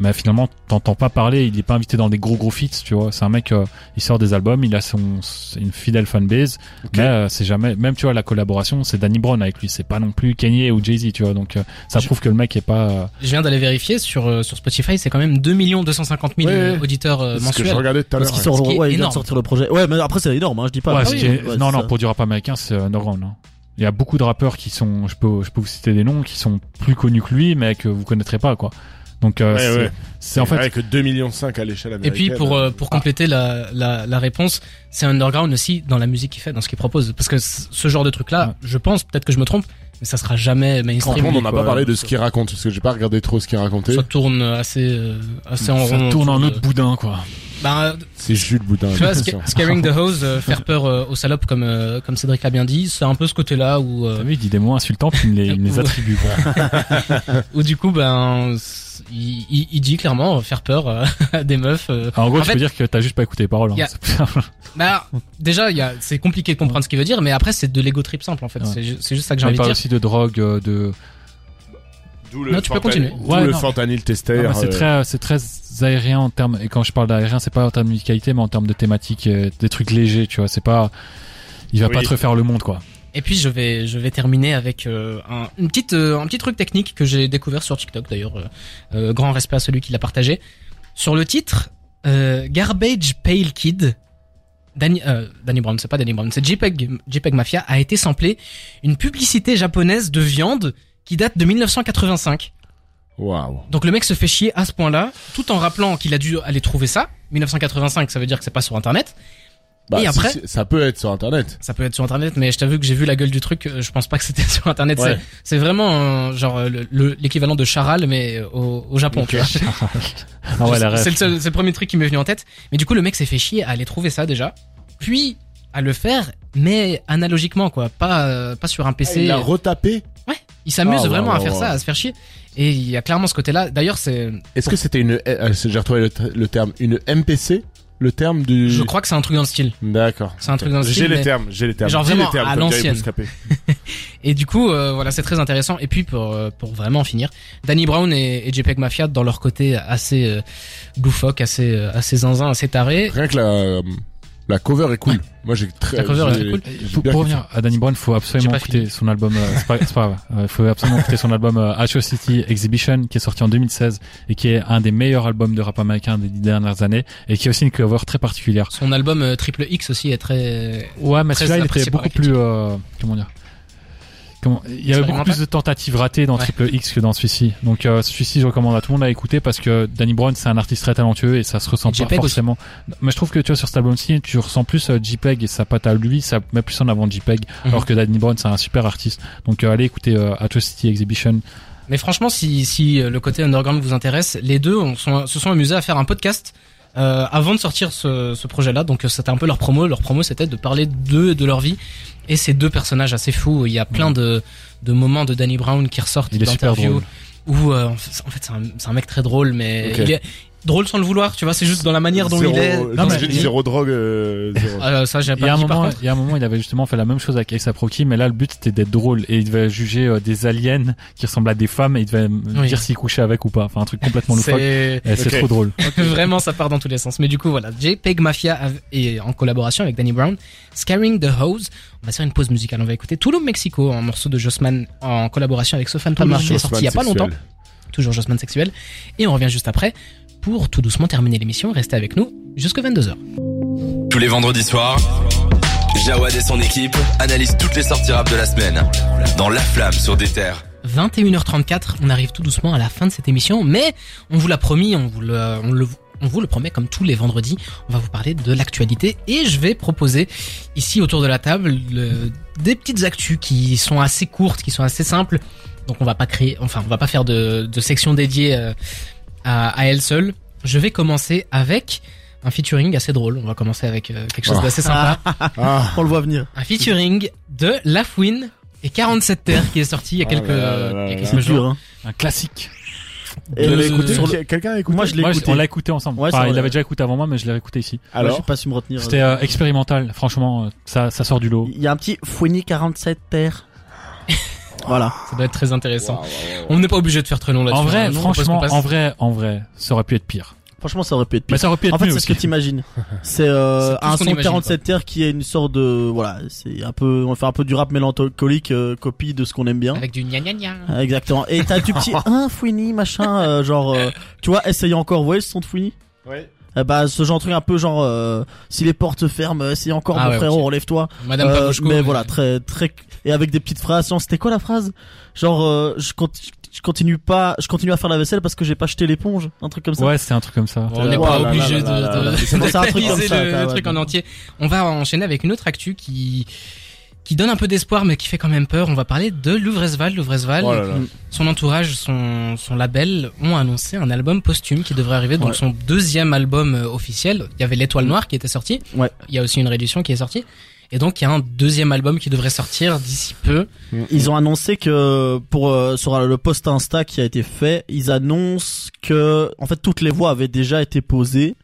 [SPEAKER 6] Mais finalement, t'entends pas parler. Il est pas invité dans des gros gros feats. Tu vois, c'est un mec. euh, il sort des albums, il a son c'est une fidèle fanbase. Mais euh, c'est jamais. Même tu vois la collaboration, c'est Danny Brown avec lui. C'est pas non plus Kanye ou Jay Z. Tu vois, donc euh, ça
[SPEAKER 2] Je-
[SPEAKER 6] prouve que le mec est pas. euh,
[SPEAKER 2] Je viens d'aller vérifier sur, euh, sur Spotify, c'est quand même 2 250 000
[SPEAKER 4] Ouais, ouais.
[SPEAKER 2] euh, auditeurs euh,
[SPEAKER 4] C'est ce que je
[SPEAKER 2] mensuels.
[SPEAKER 4] regardais tout à l'heure.
[SPEAKER 5] Parce qu'ils
[SPEAKER 4] ouais.
[SPEAKER 5] sortent-
[SPEAKER 2] Ce qui est
[SPEAKER 5] ouais, ils viennent
[SPEAKER 2] énorme.
[SPEAKER 5] de sortir le projet. Ouais, mais après, c'est énorme, hein, je dis pas.
[SPEAKER 6] Ouais,
[SPEAKER 5] Ah
[SPEAKER 6] c'est-
[SPEAKER 5] oui, ouais,
[SPEAKER 6] non,
[SPEAKER 5] c'est
[SPEAKER 6] non,
[SPEAKER 5] ça.
[SPEAKER 6] pour du rap américain, c'est euh, underground. hein. Il y a beaucoup de rappeurs qui sont, je peux, je peux vous citer des noms, qui sont plus connus que lui, mais que vous connaîtrez pas, quoi. Donc, euh,
[SPEAKER 4] Ouais,
[SPEAKER 6] c'est-
[SPEAKER 4] ouais.
[SPEAKER 6] c'est en fait,
[SPEAKER 4] Avec 2,5 millions à l'échelle
[SPEAKER 2] Et
[SPEAKER 4] américaine. hein.
[SPEAKER 2] puis pour euh, pour compléter la, la la réponse, c'est underground aussi dans la musique qu'il fait, dans ce qu'il propose. Parce que c- ce genre de truc-là,
[SPEAKER 6] Ouais.
[SPEAKER 2] je pense, peut-être que je me trompe, mais ça sera jamais mainstream.
[SPEAKER 4] Franchement, on n'a
[SPEAKER 2] quoi.
[SPEAKER 4] pas parlé de ce qu'il raconte, parce que j'ai pas regardé trop ce qu'il racontait.
[SPEAKER 2] Ça tourne assez euh, assez en
[SPEAKER 6] ça
[SPEAKER 2] rond.
[SPEAKER 6] tourne en
[SPEAKER 2] autour de-
[SPEAKER 6] autre boudin, quoi.
[SPEAKER 2] Bah,
[SPEAKER 4] C'est Jules Boudin.
[SPEAKER 2] Tu vois,
[SPEAKER 4] bien
[SPEAKER 2] sca-
[SPEAKER 4] sûr.
[SPEAKER 2] scaring the hose, euh, faire peur euh, aux salopes comme euh, comme Cédric l'a bien dit, c'est un peu ce côté-là où
[SPEAKER 6] T'as
[SPEAKER 2] euh,
[SPEAKER 6] vu, il dit des mots insultants, puis il me les, il me les attribue, quoi.
[SPEAKER 2] où du coup ben s- il, il- il dit clairement euh, faire peur euh, à des meufs. euh.
[SPEAKER 6] Alors, en gros,
[SPEAKER 2] En
[SPEAKER 6] je
[SPEAKER 2] fait-
[SPEAKER 6] peux dire que t'as juste pas écouté les paroles, hein.
[SPEAKER 2] Y a-
[SPEAKER 6] C'est plus simple.
[SPEAKER 2] Bah déjà il y a c'est compliqué de comprendre ce qu'il veut dire, mais après c'est de l'ego trip simple en fait.
[SPEAKER 6] Ouais.
[SPEAKER 2] C'est ju- C'est juste ça que j'ai
[SPEAKER 6] Mais
[SPEAKER 2] envie de
[SPEAKER 6] parle
[SPEAKER 2] dire.
[SPEAKER 6] aussi de drogue, euh, de,
[SPEAKER 4] D'où le
[SPEAKER 2] Non, tu peux
[SPEAKER 4] fentanyl-
[SPEAKER 2] continuer.
[SPEAKER 4] d'où
[SPEAKER 6] Ouais,
[SPEAKER 4] le
[SPEAKER 6] non.
[SPEAKER 4] fentanyl tester.
[SPEAKER 6] Non, mais c'est
[SPEAKER 4] euh,
[SPEAKER 6] très, c'est très aérien en termes. Et quand je parle d'aérien, c'est pas en termes de musicalité, mais en termes de thématique, euh, des trucs légers, tu vois. C'est pas, il va
[SPEAKER 4] Oui.
[SPEAKER 6] pas te refaire le monde, quoi.
[SPEAKER 2] Et puis je vais je vais terminer avec euh, un une petite euh, un petit truc technique que j'ai découvert sur TikTok d'ailleurs. euh, euh, grand respect à celui qui l'a partagé. Sur le titre euh, Garbage Pale Kid. Danny, euh, Danny Brown, c'est pas Danny Brown, c'est JPEG, JPEG Mafia a été samplé une publicité japonaise de viande qui date de 1985.
[SPEAKER 4] Waouh.
[SPEAKER 2] Donc le mec se fait chier à ce point-là, tout en rappelant qu'il a dû aller trouver ça. 1985, ça veut dire que c'est pas sur internet.
[SPEAKER 4] Bah,
[SPEAKER 2] Et
[SPEAKER 4] si,
[SPEAKER 2] après-
[SPEAKER 4] si, ça peut être sur internet.
[SPEAKER 2] Ça peut être sur internet, mais je t'avoue que j'ai vu la gueule du truc. euh, Je pense pas que c'était sur internet.
[SPEAKER 4] Ouais.
[SPEAKER 2] C'est- C'est vraiment euh, genre euh, le- le- l'équivalent de charal, mais euh, au, au Japon. tu vois.
[SPEAKER 6] Ah ouais, la
[SPEAKER 2] Je-
[SPEAKER 6] ref.
[SPEAKER 2] c'est le, seul- c'est le premier truc qui m'est venu en tête. Mais du coup, le mec s'est fait chier à aller trouver ça déjà, puis à le faire, mais analogiquement quoi, pas euh, pas sur un
[SPEAKER 4] Ah, Il
[SPEAKER 2] PC.
[SPEAKER 4] l'a retapé.
[SPEAKER 2] ouais, il s'amuse
[SPEAKER 4] Ah, ouais,
[SPEAKER 2] vraiment à
[SPEAKER 4] ouais,
[SPEAKER 2] faire
[SPEAKER 4] ouais.
[SPEAKER 2] ça, à se faire chier. Et il y a clairement ce côté-là. D'ailleurs, c'est,
[SPEAKER 4] Est-ce que c'était une. euh, J'ai retrouvé le, t- le terme. Une MPC Le terme du.
[SPEAKER 2] je crois que c'est un truc dans le style.
[SPEAKER 4] D'accord.
[SPEAKER 2] C'est un truc dans le
[SPEAKER 4] J'ai
[SPEAKER 2] style,
[SPEAKER 4] les
[SPEAKER 2] mais-
[SPEAKER 4] termes, j'ai les termes.
[SPEAKER 2] Genre
[SPEAKER 4] Dis les
[SPEAKER 2] vraiment
[SPEAKER 4] termes,
[SPEAKER 2] à
[SPEAKER 4] comme dirait
[SPEAKER 2] l'ancienne.
[SPEAKER 4] Bouscapé.
[SPEAKER 2] Et du coup, euh, voilà, c'est très intéressant. Et puis pour euh, pour vraiment en finir, Danny Brown et, et JPEG Mafia dans leur côté assez euh, loufoque, assez euh, assez zinzin, assez taré.
[SPEAKER 4] Rien que la, euh, la cover est cool. Moi j'ai très.
[SPEAKER 2] La cover est très
[SPEAKER 4] j'ai-
[SPEAKER 2] cool.
[SPEAKER 4] j'ai
[SPEAKER 6] Pour,
[SPEAKER 4] bien
[SPEAKER 6] pour
[SPEAKER 4] kiffé.
[SPEAKER 6] revenir à Danny Brown, faut absolument
[SPEAKER 2] J'ai pas
[SPEAKER 6] écouter
[SPEAKER 2] fini.
[SPEAKER 6] son album. euh, c'est pas, c'est pas grave. Euh, faut absolument écouter son album euh, Atrocity Exhibition qui est sorti en 2016 et qui est un des meilleurs albums de rap américain des dix dernières années et qui a aussi une cover très particulière.
[SPEAKER 2] Son album euh, Triple X aussi est très.
[SPEAKER 6] Ouais, mais
[SPEAKER 2] Très
[SPEAKER 6] celui-là il était
[SPEAKER 2] apprécié par la
[SPEAKER 6] beaucoup plus euh, comment dire. Comment, il y avait beaucoup plus de tentatives ratées dans
[SPEAKER 2] Ouais.
[SPEAKER 6] Triple X que dans celui-ci. Donc euh, celui-ci, je recommande à tout le monde à écouter parce que Danny Brown, c'est un artiste très talentueux et ça se ressent
[SPEAKER 2] Et
[SPEAKER 6] pas
[SPEAKER 2] JPEG aussi.
[SPEAKER 6] forcément. Mais je trouve que tu vois sur cet album-ci, tu ressens plus euh, JPEG et sa patte à lui, ça met plus en avant JPEG.
[SPEAKER 2] Mhm.
[SPEAKER 6] Alors que Danny Brown, c'est un super artiste. Donc euh, allez écouter euh, Atrocity Exhibition.
[SPEAKER 2] Mais franchement, si si euh, le côté underground vous intéresse, les deux on sont- se sont amusés à faire un podcast. euh, avant de sortir ce, ce projet-là, donc euh, c'était un peu leur promo. Leur promo, c'était de parler d'eux et de leur vie. Et ces deux personnages assez fous, il y a plein de, de moments de Danny Brown qui ressortent
[SPEAKER 6] Il est super
[SPEAKER 2] d'interviews.
[SPEAKER 6] drôle.
[SPEAKER 2] où euh, en fait, en fait, c'est un, c'est un mec très drôle, mais
[SPEAKER 4] Ok.
[SPEAKER 2] il est drôle sans le vouloir, tu vois. C'est juste dans la manière dont
[SPEAKER 4] Zéro- euh,
[SPEAKER 2] il est.
[SPEAKER 6] Non, mais-
[SPEAKER 4] j'imagine zéro drogue. euh, zéro.
[SPEAKER 2] Ah, ça, j'ai
[SPEAKER 6] Il y, a
[SPEAKER 2] pas
[SPEAKER 6] un
[SPEAKER 2] dit, par
[SPEAKER 6] moment,
[SPEAKER 2] contre.
[SPEAKER 6] il y a un moment, il avait justement fait la même chose avec Ace Proki, mais là, le but c'était d'être drôle et il devait juger euh, des aliens qui ressemblent à des femmes et il devait me
[SPEAKER 2] Oui.
[SPEAKER 6] dire s'il couchait avec ou pas. Enfin, un truc complètement loufoque.
[SPEAKER 2] C'est
[SPEAKER 6] Eh, C'est
[SPEAKER 4] Ok.
[SPEAKER 6] trop drôle.
[SPEAKER 2] vraiment ça part dans tous les sens. Mais du coup voilà, JPEG Mafia av- et en collaboration avec Danny Brown, Scaring the Hose. On va faire une pause musicale. On va écouter Tulum Mexico, un morceau de Jossman en collaboration avec Sofan Pamar qui est sorti il y a pas
[SPEAKER 4] Sexuel.
[SPEAKER 2] longtemps. Toujours Jossman sexuel. Et on revient juste après pour tout doucement terminer l'émission. Restez avec nous jusqu'à 22h.
[SPEAKER 1] Tous les vendredis soirs, Jawad et son équipe analysent toutes les sorties rap de la semaine dans La Flamme sur des terres.
[SPEAKER 2] 21h34, on arrive tout doucement à la fin de cette émission, mais on vous l'a promis, on vous le, on le- on vous le promet comme tous les vendredis, on va vous parler de l'actualité et je vais proposer ici autour de la table le- des petites actus qui sont assez courtes, qui sont assez simples. Donc on va pas créer, enfin on va pas faire de, de section dédiée euh, à, à elle seule. Je vais commencer avec un featuring assez drôle. On va commencer avec euh, quelque chose
[SPEAKER 4] Oh.
[SPEAKER 2] d'assez sympa.
[SPEAKER 4] Ah,
[SPEAKER 5] On le voit venir.
[SPEAKER 2] Un featuring de La Fouine et 47 Terre qui est sorti il y a
[SPEAKER 4] Ah
[SPEAKER 2] quelques,
[SPEAKER 4] là là là
[SPEAKER 2] il y a
[SPEAKER 4] là.
[SPEAKER 2] quelques
[SPEAKER 5] C'est
[SPEAKER 2] jours.
[SPEAKER 5] dur. Hein.
[SPEAKER 6] Un classique.
[SPEAKER 5] Et
[SPEAKER 2] De-
[SPEAKER 5] on l'a
[SPEAKER 2] Euh, sur
[SPEAKER 5] écouté sur
[SPEAKER 4] Quelqu'un- Quelqu'un a écouté
[SPEAKER 5] Moi, je l'ai
[SPEAKER 6] Moi, je-
[SPEAKER 5] écouté.
[SPEAKER 6] on l'a écouté ensemble.
[SPEAKER 5] Ouais,
[SPEAKER 6] Enfin,
[SPEAKER 5] c'est
[SPEAKER 6] il
[SPEAKER 5] vrai.
[SPEAKER 6] l'avait déjà écouté avant moi, mais je l'ai réécouté ici.
[SPEAKER 5] Alors, j'ai
[SPEAKER 4] Alors,
[SPEAKER 5] pas su me retenir.
[SPEAKER 6] C'était euh, expérimental. Franchement, euh, ça, ça sort du lot.
[SPEAKER 5] Il y a un petit Fouini 47 terre. voilà.
[SPEAKER 2] Ça doit être très intéressant. On n'est pas obligé de faire très long là-dessus.
[SPEAKER 6] En vrai,
[SPEAKER 2] hein, non,
[SPEAKER 6] franchement,
[SPEAKER 2] parce qu'on
[SPEAKER 6] en
[SPEAKER 2] passe-
[SPEAKER 6] vrai, en vrai, ça aurait pu être pire.
[SPEAKER 5] Franchement, ça aurait pu être pire.
[SPEAKER 6] Mais ça aurait pu être
[SPEAKER 5] En fait,
[SPEAKER 6] Bah, mieux
[SPEAKER 5] c'est ce que
[SPEAKER 6] aussi.
[SPEAKER 5] t'imagines. C'est euh,
[SPEAKER 2] C'est tout
[SPEAKER 5] un
[SPEAKER 2] ce qu'on
[SPEAKER 5] son
[SPEAKER 2] imagine,
[SPEAKER 5] 47 terre qui est une sorte de voilà, c'est un peu on fait un peu du rap mélancolique euh, copie de ce qu'on aime bien.
[SPEAKER 2] avec du gna gna gna.
[SPEAKER 5] Ah, Exactement. Et t'as du petit un Fouini machin euh, genre euh, tu vois, essayez encore, vous voyez ce son de Fouini
[SPEAKER 4] Ouais.
[SPEAKER 5] Eh bah ce genre de truc un peu genre euh, si les portes ferment, essayez encore
[SPEAKER 2] Ah
[SPEAKER 5] mon
[SPEAKER 2] ouais,
[SPEAKER 5] frérot,
[SPEAKER 2] ok.
[SPEAKER 5] relève-toi.
[SPEAKER 2] Madame
[SPEAKER 5] Euh,
[SPEAKER 2] Babushko,
[SPEAKER 5] mais,
[SPEAKER 2] euh,
[SPEAKER 5] voilà, très très et avec des petites phrases, genre, c'était quoi la phrase Genre euh, je, conti- je continue pas, je continue à faire la vaisselle parce que j'ai pas jeté l'éponge, un truc comme ça.
[SPEAKER 6] Ouais, c'est un truc comme ça.
[SPEAKER 2] On n'est
[SPEAKER 4] Oh
[SPEAKER 2] pas
[SPEAKER 4] là là
[SPEAKER 2] obligé de,
[SPEAKER 4] là là là là.
[SPEAKER 2] de,
[SPEAKER 5] C'est pour ça, un truc
[SPEAKER 2] d'analyser
[SPEAKER 5] comme ça,
[SPEAKER 2] le,
[SPEAKER 5] t'as-
[SPEAKER 2] le
[SPEAKER 5] ouais,
[SPEAKER 2] truc en
[SPEAKER 5] bon.
[SPEAKER 2] entier. On va enchaîner avec une autre actu qui qui donne un peu d'espoir mais qui fait quand même peur. On va parler de Luvresval. Luvresval,
[SPEAKER 4] Oh là là.
[SPEAKER 2] son entourage, son, son label ont annoncé un album posthume qui devrait arriver, donc
[SPEAKER 5] Ouais.
[SPEAKER 2] son deuxième album euh, officiel. Il y avait L'Étoile Noire qui était sortie.
[SPEAKER 5] Ouais.
[SPEAKER 2] Il y a aussi une réédition qui est sortie. Et donc il y a un deuxième album qui devrait sortir d'ici peu.
[SPEAKER 5] Ils ont annoncé que pour euh, sur le post Insta qui a été fait, ils annoncent que en fait toutes les voix avaient déjà été posées.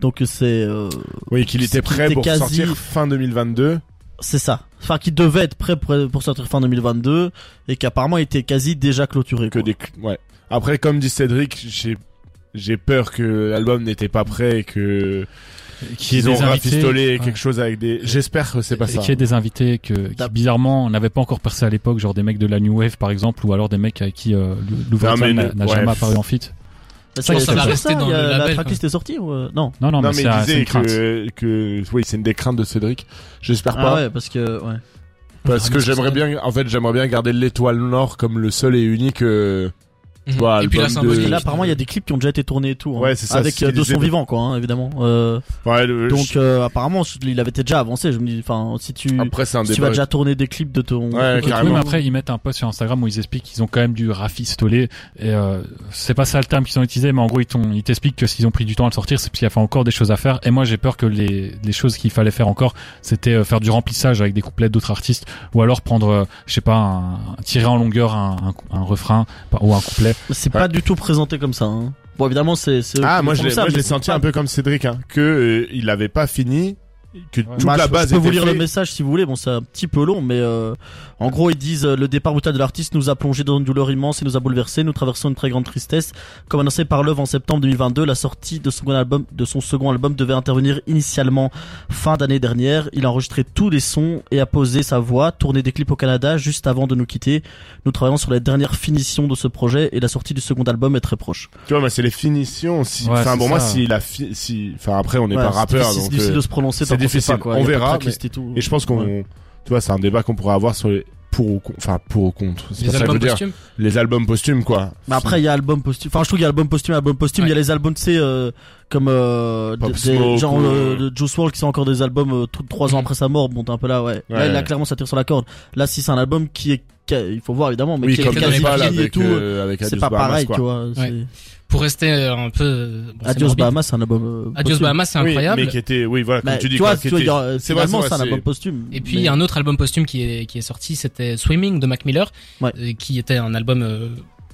[SPEAKER 5] Donc c'est euh,
[SPEAKER 4] Oui, qu'il était
[SPEAKER 5] C'est qu'il
[SPEAKER 4] prêt
[SPEAKER 5] était
[SPEAKER 4] pour
[SPEAKER 5] quasi-
[SPEAKER 4] sortir fin 2022.
[SPEAKER 5] c'est ça. Enfin qui devait être prêt pour, pour sortir fin 2022 et qu'apparemment était quasi déjà clôturé.
[SPEAKER 4] Que
[SPEAKER 5] quoi.
[SPEAKER 4] des... ouais. Après, comme dit Cédric, j'ai j'ai peur que l'album n'était pas prêt et que qu'ils ont
[SPEAKER 6] des invités-
[SPEAKER 4] rafistolé
[SPEAKER 6] Ouais.
[SPEAKER 4] quelque chose avec des. J'espère que c'est pas
[SPEAKER 6] Et
[SPEAKER 4] ça.
[SPEAKER 6] qu'il y ait des invités que, qui
[SPEAKER 5] T'as-
[SPEAKER 6] bizarrement n'avaient pas encore percé à l'époque, genre des mecs de la New Wave par exemple, ou alors des mecs avec qui euh, Lou-
[SPEAKER 4] Non, mais
[SPEAKER 6] l'ouverture n'a
[SPEAKER 4] le-
[SPEAKER 6] n'a
[SPEAKER 4] ouais.
[SPEAKER 6] jamais apparu en feat.
[SPEAKER 5] Mais
[SPEAKER 2] Je pense que ça va
[SPEAKER 5] c'est
[SPEAKER 2] rester
[SPEAKER 5] ça,
[SPEAKER 2] dans
[SPEAKER 5] il y a-
[SPEAKER 2] le label,
[SPEAKER 5] La tracklist est sortie ou euh, non
[SPEAKER 6] Non, non,
[SPEAKER 4] Non,
[SPEAKER 6] mais,
[SPEAKER 4] mais
[SPEAKER 6] c'est un-
[SPEAKER 4] il
[SPEAKER 6] c'est
[SPEAKER 4] disait
[SPEAKER 6] une crainte.
[SPEAKER 4] que, que oui, c'est une des craintes de Cédric. J'espère
[SPEAKER 5] Ah
[SPEAKER 4] pas
[SPEAKER 5] ouais parce que ouais.
[SPEAKER 4] parce
[SPEAKER 2] Ah,
[SPEAKER 4] que
[SPEAKER 2] mais ça
[SPEAKER 4] j'aimerais
[SPEAKER 2] serait-
[SPEAKER 4] bien en fait, j'aimerais bien garder l'étoile nord comme le seul et unique euh, Bah,
[SPEAKER 2] Mhm. et puis là, c'est un
[SPEAKER 4] album
[SPEAKER 2] peu
[SPEAKER 4] de-
[SPEAKER 5] Et
[SPEAKER 4] Euh,
[SPEAKER 5] là apparemment il y a des clips qui ont déjà été tournés et tout. hein.
[SPEAKER 4] Ouais, c'est ça, c'est
[SPEAKER 5] Avec
[SPEAKER 4] ce
[SPEAKER 5] euh,
[SPEAKER 4] qu'ils
[SPEAKER 5] de son
[SPEAKER 4] disaient.
[SPEAKER 5] vivant quoi hein, évidemment. Euh,
[SPEAKER 4] ouais, le-
[SPEAKER 5] donc euh, apparemment il avait été déjà avancé. Je me dis enfin si tu
[SPEAKER 4] après c'est un
[SPEAKER 5] si tu
[SPEAKER 4] débat.
[SPEAKER 5] vas déjà tourner des clips de ton
[SPEAKER 4] Ouais,
[SPEAKER 5] de ton
[SPEAKER 4] carrément.
[SPEAKER 6] Oui, mais après, ils mettent un post sur Instagram où ils expliquent qu'ils ont quand même dû rafistoler. Et euh, c'est pas ça le terme qu'ils ont utilisé, mais en gros, ils t'ont- ils t'expliquent que s'ils ont pris du temps à le sortir, c'est parce qu'il y a encore des choses à faire. Et moi, j'ai peur que les, les choses qu'il fallait faire encore, c'était euh, faire du remplissage avec des couplets d'autres artistes, ou alors prendre, euh, je sais pas, un- tirer en longueur un, un- un refrain par- ou un couplet.
[SPEAKER 5] C'est
[SPEAKER 4] Ouais.
[SPEAKER 5] pas du tout présenté comme ça. Hein. Bon, évidemment, c'est. c'est eux
[SPEAKER 4] Ah
[SPEAKER 5] qui
[SPEAKER 4] moi
[SPEAKER 5] le
[SPEAKER 4] je
[SPEAKER 5] font
[SPEAKER 4] l'ai
[SPEAKER 5] ça,
[SPEAKER 4] moi, je
[SPEAKER 5] mais
[SPEAKER 4] l'ai
[SPEAKER 5] c'est
[SPEAKER 4] senti
[SPEAKER 5] pas-
[SPEAKER 4] un peu comme Cédric hein, que euh, il avait pas fini que toute
[SPEAKER 5] Bah,
[SPEAKER 4] la
[SPEAKER 5] je-
[SPEAKER 4] base
[SPEAKER 5] Je peux vous
[SPEAKER 4] était
[SPEAKER 5] lire le
[SPEAKER 4] faite.
[SPEAKER 5] message si vous voulez. Bon, c'est un petit peu long, mais euh, en gros, ils disent euh, le départ brutal de l'artiste nous a plongé dans une douleur immense et nous a bouleversé. Nous traversons une très grande tristesse. Comme annoncé par Love en septembre 2022, la sortie de son second album, de son second album devait intervenir initialement fin d'année dernière. Il a enregistré tous les sons et a posé sa voix, tourné des clips au Canada juste avant de nous quitter. Nous travaillons sur les dernières finitions de ce projet et la sortie du second album est très proche.
[SPEAKER 4] Tu vois, mais c'est les finitions. Si...
[SPEAKER 6] Ouais,
[SPEAKER 4] enfin,
[SPEAKER 6] c'est
[SPEAKER 4] pour moi,
[SPEAKER 6] ça.
[SPEAKER 4] si la fi- si, enfin après, on n'est
[SPEAKER 5] Ouais,
[SPEAKER 4] pas
[SPEAKER 5] c'est
[SPEAKER 4] rappeur, donc.
[SPEAKER 5] difficile- c'est difficile
[SPEAKER 4] euh,
[SPEAKER 5] de se
[SPEAKER 4] c'est
[SPEAKER 5] prononcer. tant qu'on sait
[SPEAKER 4] difficile.
[SPEAKER 5] pas, quoi.
[SPEAKER 4] On
[SPEAKER 5] Il y a pas de
[SPEAKER 4] verra,
[SPEAKER 5] tracklist et tout.
[SPEAKER 4] Et je pense qu'on, tu vois, c'est un débat qu'on pourrait avoir sur les pour ou contre, enfin pour ou contre. C'est pas
[SPEAKER 2] Les
[SPEAKER 4] ça que je veux
[SPEAKER 2] albums
[SPEAKER 4] dire.
[SPEAKER 2] posthumes.
[SPEAKER 4] Les albums posthumes, quoi.
[SPEAKER 5] Mais après, il y a album posthume. Enfin, je trouve qu'il y a album posthume, album posthume. Il y a les albums, tu sais, euh, comme euh,
[SPEAKER 4] Pop
[SPEAKER 5] des-
[SPEAKER 4] Smoke
[SPEAKER 5] des genre
[SPEAKER 4] ou- Mm.
[SPEAKER 5] euh, de Juice WRLD qui sont encore des albums euh, tout- trois ans après sa mort. Bon, t'es un peu là, ouais.
[SPEAKER 4] Ouais,
[SPEAKER 5] là, là,
[SPEAKER 4] ouais.
[SPEAKER 5] clairement, ça tire sur la corde. Là, si c'est un album qui est, qui a- il faut voir évidemment, mais
[SPEAKER 4] oui,
[SPEAKER 5] qui
[SPEAKER 4] comme
[SPEAKER 5] est
[SPEAKER 2] dans les
[SPEAKER 5] quasi
[SPEAKER 4] Népal
[SPEAKER 2] Bali
[SPEAKER 5] fini et
[SPEAKER 4] avec
[SPEAKER 5] tout.
[SPEAKER 4] euh, avec
[SPEAKER 5] c'est
[SPEAKER 4] Adios
[SPEAKER 5] pas
[SPEAKER 4] Bahamas,
[SPEAKER 5] pareil,
[SPEAKER 4] quoi.
[SPEAKER 5] tu vois. c'est-
[SPEAKER 2] Pour rester euh, un peu. bon, c'est
[SPEAKER 5] Adios
[SPEAKER 2] morbide.
[SPEAKER 5] Bahamas, c'est un album. euh,
[SPEAKER 2] Adios
[SPEAKER 5] posthume.
[SPEAKER 2] Bahamas, c'est
[SPEAKER 4] Oui,
[SPEAKER 2] incroyable.
[SPEAKER 4] mais qui était, oui, voilà, Bah, comme
[SPEAKER 5] Mais
[SPEAKER 4] tu dis,
[SPEAKER 5] Bah, vois,
[SPEAKER 4] quoi, qui
[SPEAKER 5] vois, il y
[SPEAKER 4] était-
[SPEAKER 5] a-
[SPEAKER 4] c'est vrai,
[SPEAKER 5] finalement,
[SPEAKER 4] c'est
[SPEAKER 5] c'est un
[SPEAKER 4] vrai,
[SPEAKER 5] album
[SPEAKER 4] c'est-
[SPEAKER 5] posthume.
[SPEAKER 2] Et puis
[SPEAKER 5] Mais-
[SPEAKER 2] il y a un autre album posthume qui est qui est sorti, c'était Swimming de Mac Miller,
[SPEAKER 5] Ouais.
[SPEAKER 2] euh, qui était un album euh,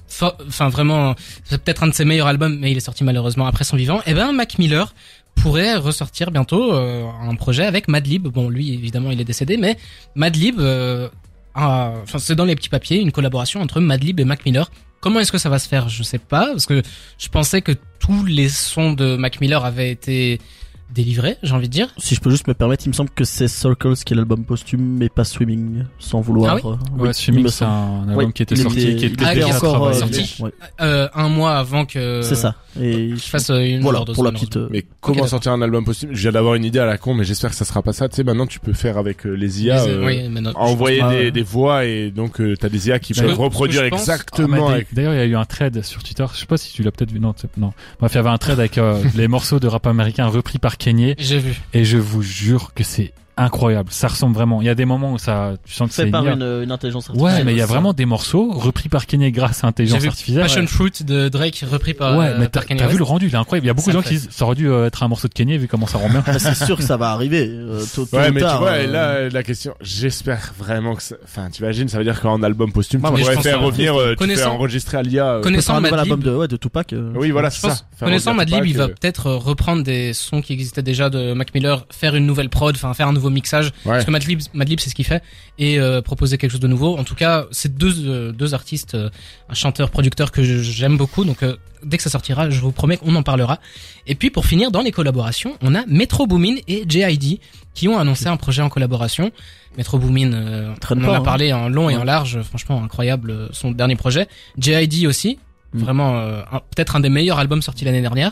[SPEAKER 2] fo- enfin vraiment, c'est peut-être un de ses meilleurs albums, mais il est sorti malheureusement après son vivant. Et ben, Mac Miller pourrait ressortir bientôt euh, un projet avec Madlib. Bon, lui évidemment, il est décédé, mais Madlib, euh, a- enfin c'est dans les petits papiers, une collaboration entre Madlib et Mac Miller. Comment est-ce que ça va se faire Je sais pas, parce que je pensais que tous les sons de Mac Miller avaient été délivrés, j'ai envie de dire.
[SPEAKER 5] Si je peux juste me permettre, il me semble que c'est Circles qui est l'album posthume, mais pas Swimming, sans vouloir.
[SPEAKER 2] Ah oui
[SPEAKER 5] euh,
[SPEAKER 6] Ouais,
[SPEAKER 5] il
[SPEAKER 6] Swimming,
[SPEAKER 5] me
[SPEAKER 6] c'est
[SPEAKER 5] semble.
[SPEAKER 6] un
[SPEAKER 5] Oui,
[SPEAKER 6] album qui était
[SPEAKER 5] il
[SPEAKER 6] sorti, qui
[SPEAKER 5] il
[SPEAKER 6] était
[SPEAKER 2] Ah, qui est
[SPEAKER 6] déjà
[SPEAKER 2] encore, euh,
[SPEAKER 6] travaillé.
[SPEAKER 2] sorti.
[SPEAKER 5] Ouais,
[SPEAKER 2] Euh, un mois avant que
[SPEAKER 5] C'est ça. Et
[SPEAKER 2] je fasse euh, une
[SPEAKER 5] voilà
[SPEAKER 2] overdose,
[SPEAKER 5] pour la
[SPEAKER 2] malheureusement.
[SPEAKER 5] petite. euh,
[SPEAKER 4] Mais comment
[SPEAKER 2] d'accord.
[SPEAKER 4] sortir un album possible Je viens d'avoir une idée à la con, mais j'espère que ça sera pas ça. Tu sais, maintenant tu peux faire avec euh, les IA
[SPEAKER 2] Mais, euh,
[SPEAKER 4] euh,
[SPEAKER 2] oui, mais non.
[SPEAKER 4] envoyer
[SPEAKER 5] pas,
[SPEAKER 4] des,
[SPEAKER 5] euh,
[SPEAKER 4] des voix et donc euh, t'as des IA qui
[SPEAKER 2] Je
[SPEAKER 4] peuvent
[SPEAKER 2] pense-
[SPEAKER 4] reproduire
[SPEAKER 2] je pense-
[SPEAKER 4] exactement.
[SPEAKER 6] Ah, mais
[SPEAKER 4] avec-
[SPEAKER 6] D'ailleurs, il y a eu un trade sur Twitter. Je sais pas si tu l'as peut-être vu. Non, tu- non. Bref, il y avait un trade avec euh, les morceaux de rap américain repris par Kanye.
[SPEAKER 2] J'ai vu.
[SPEAKER 6] Et je vous jure que c'est incroyable. Ça ressemble vraiment. Il y a des moments où ça, tu sens que c'est
[SPEAKER 5] Fait par
[SPEAKER 6] une-
[SPEAKER 5] une, une intelligence artificielle.
[SPEAKER 6] Ouais, mais il y a vraiment des morceaux repris par Kanye grâce à
[SPEAKER 2] J'ai
[SPEAKER 6] intelligence
[SPEAKER 2] vu
[SPEAKER 6] artificielle.
[SPEAKER 2] Passion Fruit de Drake repris par.
[SPEAKER 6] Ouais,
[SPEAKER 2] euh,
[SPEAKER 6] mais t'as
[SPEAKER 2] par Kanye
[SPEAKER 6] t'as vu
[SPEAKER 2] West.
[SPEAKER 6] le rendu, il est incroyable. Il y a beaucoup de
[SPEAKER 2] C'est
[SPEAKER 6] gens qui disent, ça aurait dû euh, être un morceau de Kanye vu comment ça rend bien.
[SPEAKER 5] Bah, c'est sûr que ça va arriver. euh, tôt, tôt
[SPEAKER 4] Ouais,
[SPEAKER 5] ou
[SPEAKER 4] mais tu
[SPEAKER 5] tard,
[SPEAKER 4] vois,
[SPEAKER 5] euh,
[SPEAKER 4] et là, euh, la question, j'espère vraiment que ça... Enfin, t'imagines, ça veut dire qu'en album posthume,
[SPEAKER 2] Moi,
[SPEAKER 4] tu
[SPEAKER 2] je
[SPEAKER 4] pourrais
[SPEAKER 2] pense
[SPEAKER 4] faire
[SPEAKER 2] que-
[SPEAKER 4] revenir, euh, tu fais
[SPEAKER 2] Connaissant-
[SPEAKER 4] enregistrer à l'IA. euh,
[SPEAKER 5] on peut faire
[SPEAKER 2] Connaissant
[SPEAKER 5] un nouvel
[SPEAKER 2] Madlib-
[SPEAKER 5] album de, ouais, de Tupac. euh,
[SPEAKER 4] Oui, voilà,
[SPEAKER 2] Je
[SPEAKER 4] c'est ça.
[SPEAKER 2] pense,
[SPEAKER 4] Faire
[SPEAKER 2] connaissant Madlib,
[SPEAKER 4] revenir Tupac,
[SPEAKER 2] il va
[SPEAKER 4] euh,
[SPEAKER 2] peut-être euh, reprendre des sons qui existaient déjà de Mac Miller, faire une nouvelle prod, enfin faire un nouveau mixage.
[SPEAKER 4] Ouais.
[SPEAKER 2] Parce que Madlib, Madlib c'est ce qu'il fait, et euh, proposer quelque chose de nouveau. En tout cas, c'est deux, euh, deux artistes, euh, un chanteur, producteur que je- j'aime beaucoup. Donc euh, dès que ça sortira, je vous promets qu'on en parlera. Et puis pour finir, dans les collaborations, on a Metro Boomin et JID qui ont annoncé un projet en collaboration. Metro Boomin, euh,
[SPEAKER 5] Traîne
[SPEAKER 2] on en
[SPEAKER 5] pas,
[SPEAKER 2] a
[SPEAKER 5] hein.
[SPEAKER 2] parlé en long et en
[SPEAKER 5] Ouais.
[SPEAKER 2] large, franchement incroyable euh, son dernier projet. JID aussi,
[SPEAKER 5] Mm.
[SPEAKER 2] vraiment euh, un- peut-être un des meilleurs albums sortis l'année dernière.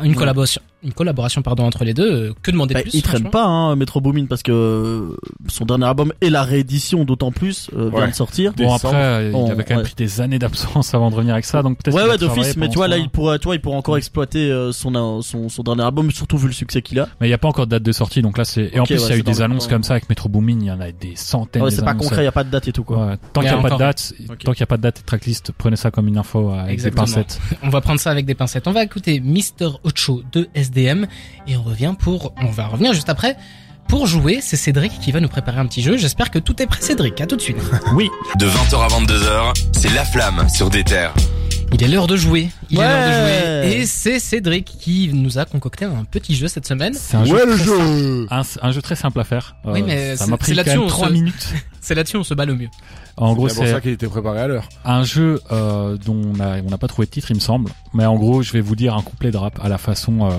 [SPEAKER 2] Une
[SPEAKER 5] Ouais.
[SPEAKER 2] collaboration, une collaboration pardon entre les deux. euh, Que demander de
[SPEAKER 5] Bah,
[SPEAKER 2] plus
[SPEAKER 5] il traîne
[SPEAKER 2] franchement
[SPEAKER 5] pas, hein, Metro Boomin, parce que euh, son dernier album et la réédition, d'autant plus, euh, vient
[SPEAKER 4] Ouais.
[SPEAKER 5] de sortir.
[SPEAKER 6] Bon,
[SPEAKER 4] Décembre.
[SPEAKER 6] après, euh, il
[SPEAKER 5] On-
[SPEAKER 6] avait quand même
[SPEAKER 5] ouais.
[SPEAKER 6] pris des années d'absence avant de revenir avec ça, donc peut-être.
[SPEAKER 5] Ouais,
[SPEAKER 6] qu'il a
[SPEAKER 5] ouais, d'office,
[SPEAKER 6] travaillé
[SPEAKER 5] mais
[SPEAKER 6] pendant
[SPEAKER 5] tu vois,
[SPEAKER 6] ce
[SPEAKER 5] là,
[SPEAKER 6] temps-là.
[SPEAKER 5] il pourrait, tu vois, il pourrait encore exploiter euh, son, euh, son, son dernier album, surtout vu le succès qu'il a.
[SPEAKER 6] Mais il n'y a pas encore de date de sortie, donc là, c'est. Et en
[SPEAKER 5] Ok,
[SPEAKER 6] plus, il
[SPEAKER 5] ouais,
[SPEAKER 6] y a
[SPEAKER 5] c'est
[SPEAKER 6] eu
[SPEAKER 5] dans
[SPEAKER 6] des
[SPEAKER 5] le
[SPEAKER 6] annonces
[SPEAKER 5] temps.
[SPEAKER 6] comme ça avec Metro Boomin, il y en a des centaines.
[SPEAKER 5] Ouais,
[SPEAKER 6] des
[SPEAKER 5] c'est pas
[SPEAKER 6] annonces.
[SPEAKER 5] concret, il a pas de date et tout, quoi.
[SPEAKER 6] Ouais, Tant
[SPEAKER 2] Mais
[SPEAKER 6] qu'il n'y a pas de
[SPEAKER 2] encore.
[SPEAKER 6] date,
[SPEAKER 5] Ok.
[SPEAKER 6] tant qu'il n'y a pas de date et tracklist, prenez ça comme une info euh, avec
[SPEAKER 2] Exactement.
[SPEAKER 6] des pincettes.
[SPEAKER 2] On va prendre ça avec des pincettes. On va écouter Mister Ocho de SDM et on revient pour, on va revenir juste après pour jouer. C'est Cédric qui va nous préparer un petit jeu. J'espère que tout est prêt, Cédric. À tout de suite.
[SPEAKER 6] Oui.
[SPEAKER 1] De 20h à 22h, c'est La Flamme sur des terres.
[SPEAKER 2] Il est l'heure de jouer. Il est l'heure de
[SPEAKER 5] Ouais.
[SPEAKER 2] jouer. Et c'est Cédric qui nous a concocté un petit jeu cette semaine.
[SPEAKER 6] C'est un,
[SPEAKER 4] Ouais,
[SPEAKER 6] jeu
[SPEAKER 4] le
[SPEAKER 6] très-
[SPEAKER 4] jeu
[SPEAKER 6] un, un jeu très simple à faire. Euh,
[SPEAKER 2] Oui, mais
[SPEAKER 6] ça
[SPEAKER 2] c'est-
[SPEAKER 6] m'a
[SPEAKER 2] c'est
[SPEAKER 6] pris quand
[SPEAKER 2] là-dessus,
[SPEAKER 6] même
[SPEAKER 2] on
[SPEAKER 6] 3
[SPEAKER 2] se-
[SPEAKER 6] minutes.
[SPEAKER 2] C'est là-dessus on se bat le mieux.
[SPEAKER 6] En gros,
[SPEAKER 4] C'est pour
[SPEAKER 6] c'est
[SPEAKER 4] ça qu'il était préparé à l'heure.
[SPEAKER 6] un jeu euh, dont on a- on n'a pas trouvé de titre, il me semble. Mais en gros, je vais vous dire un couplet de rap à la façon. euh,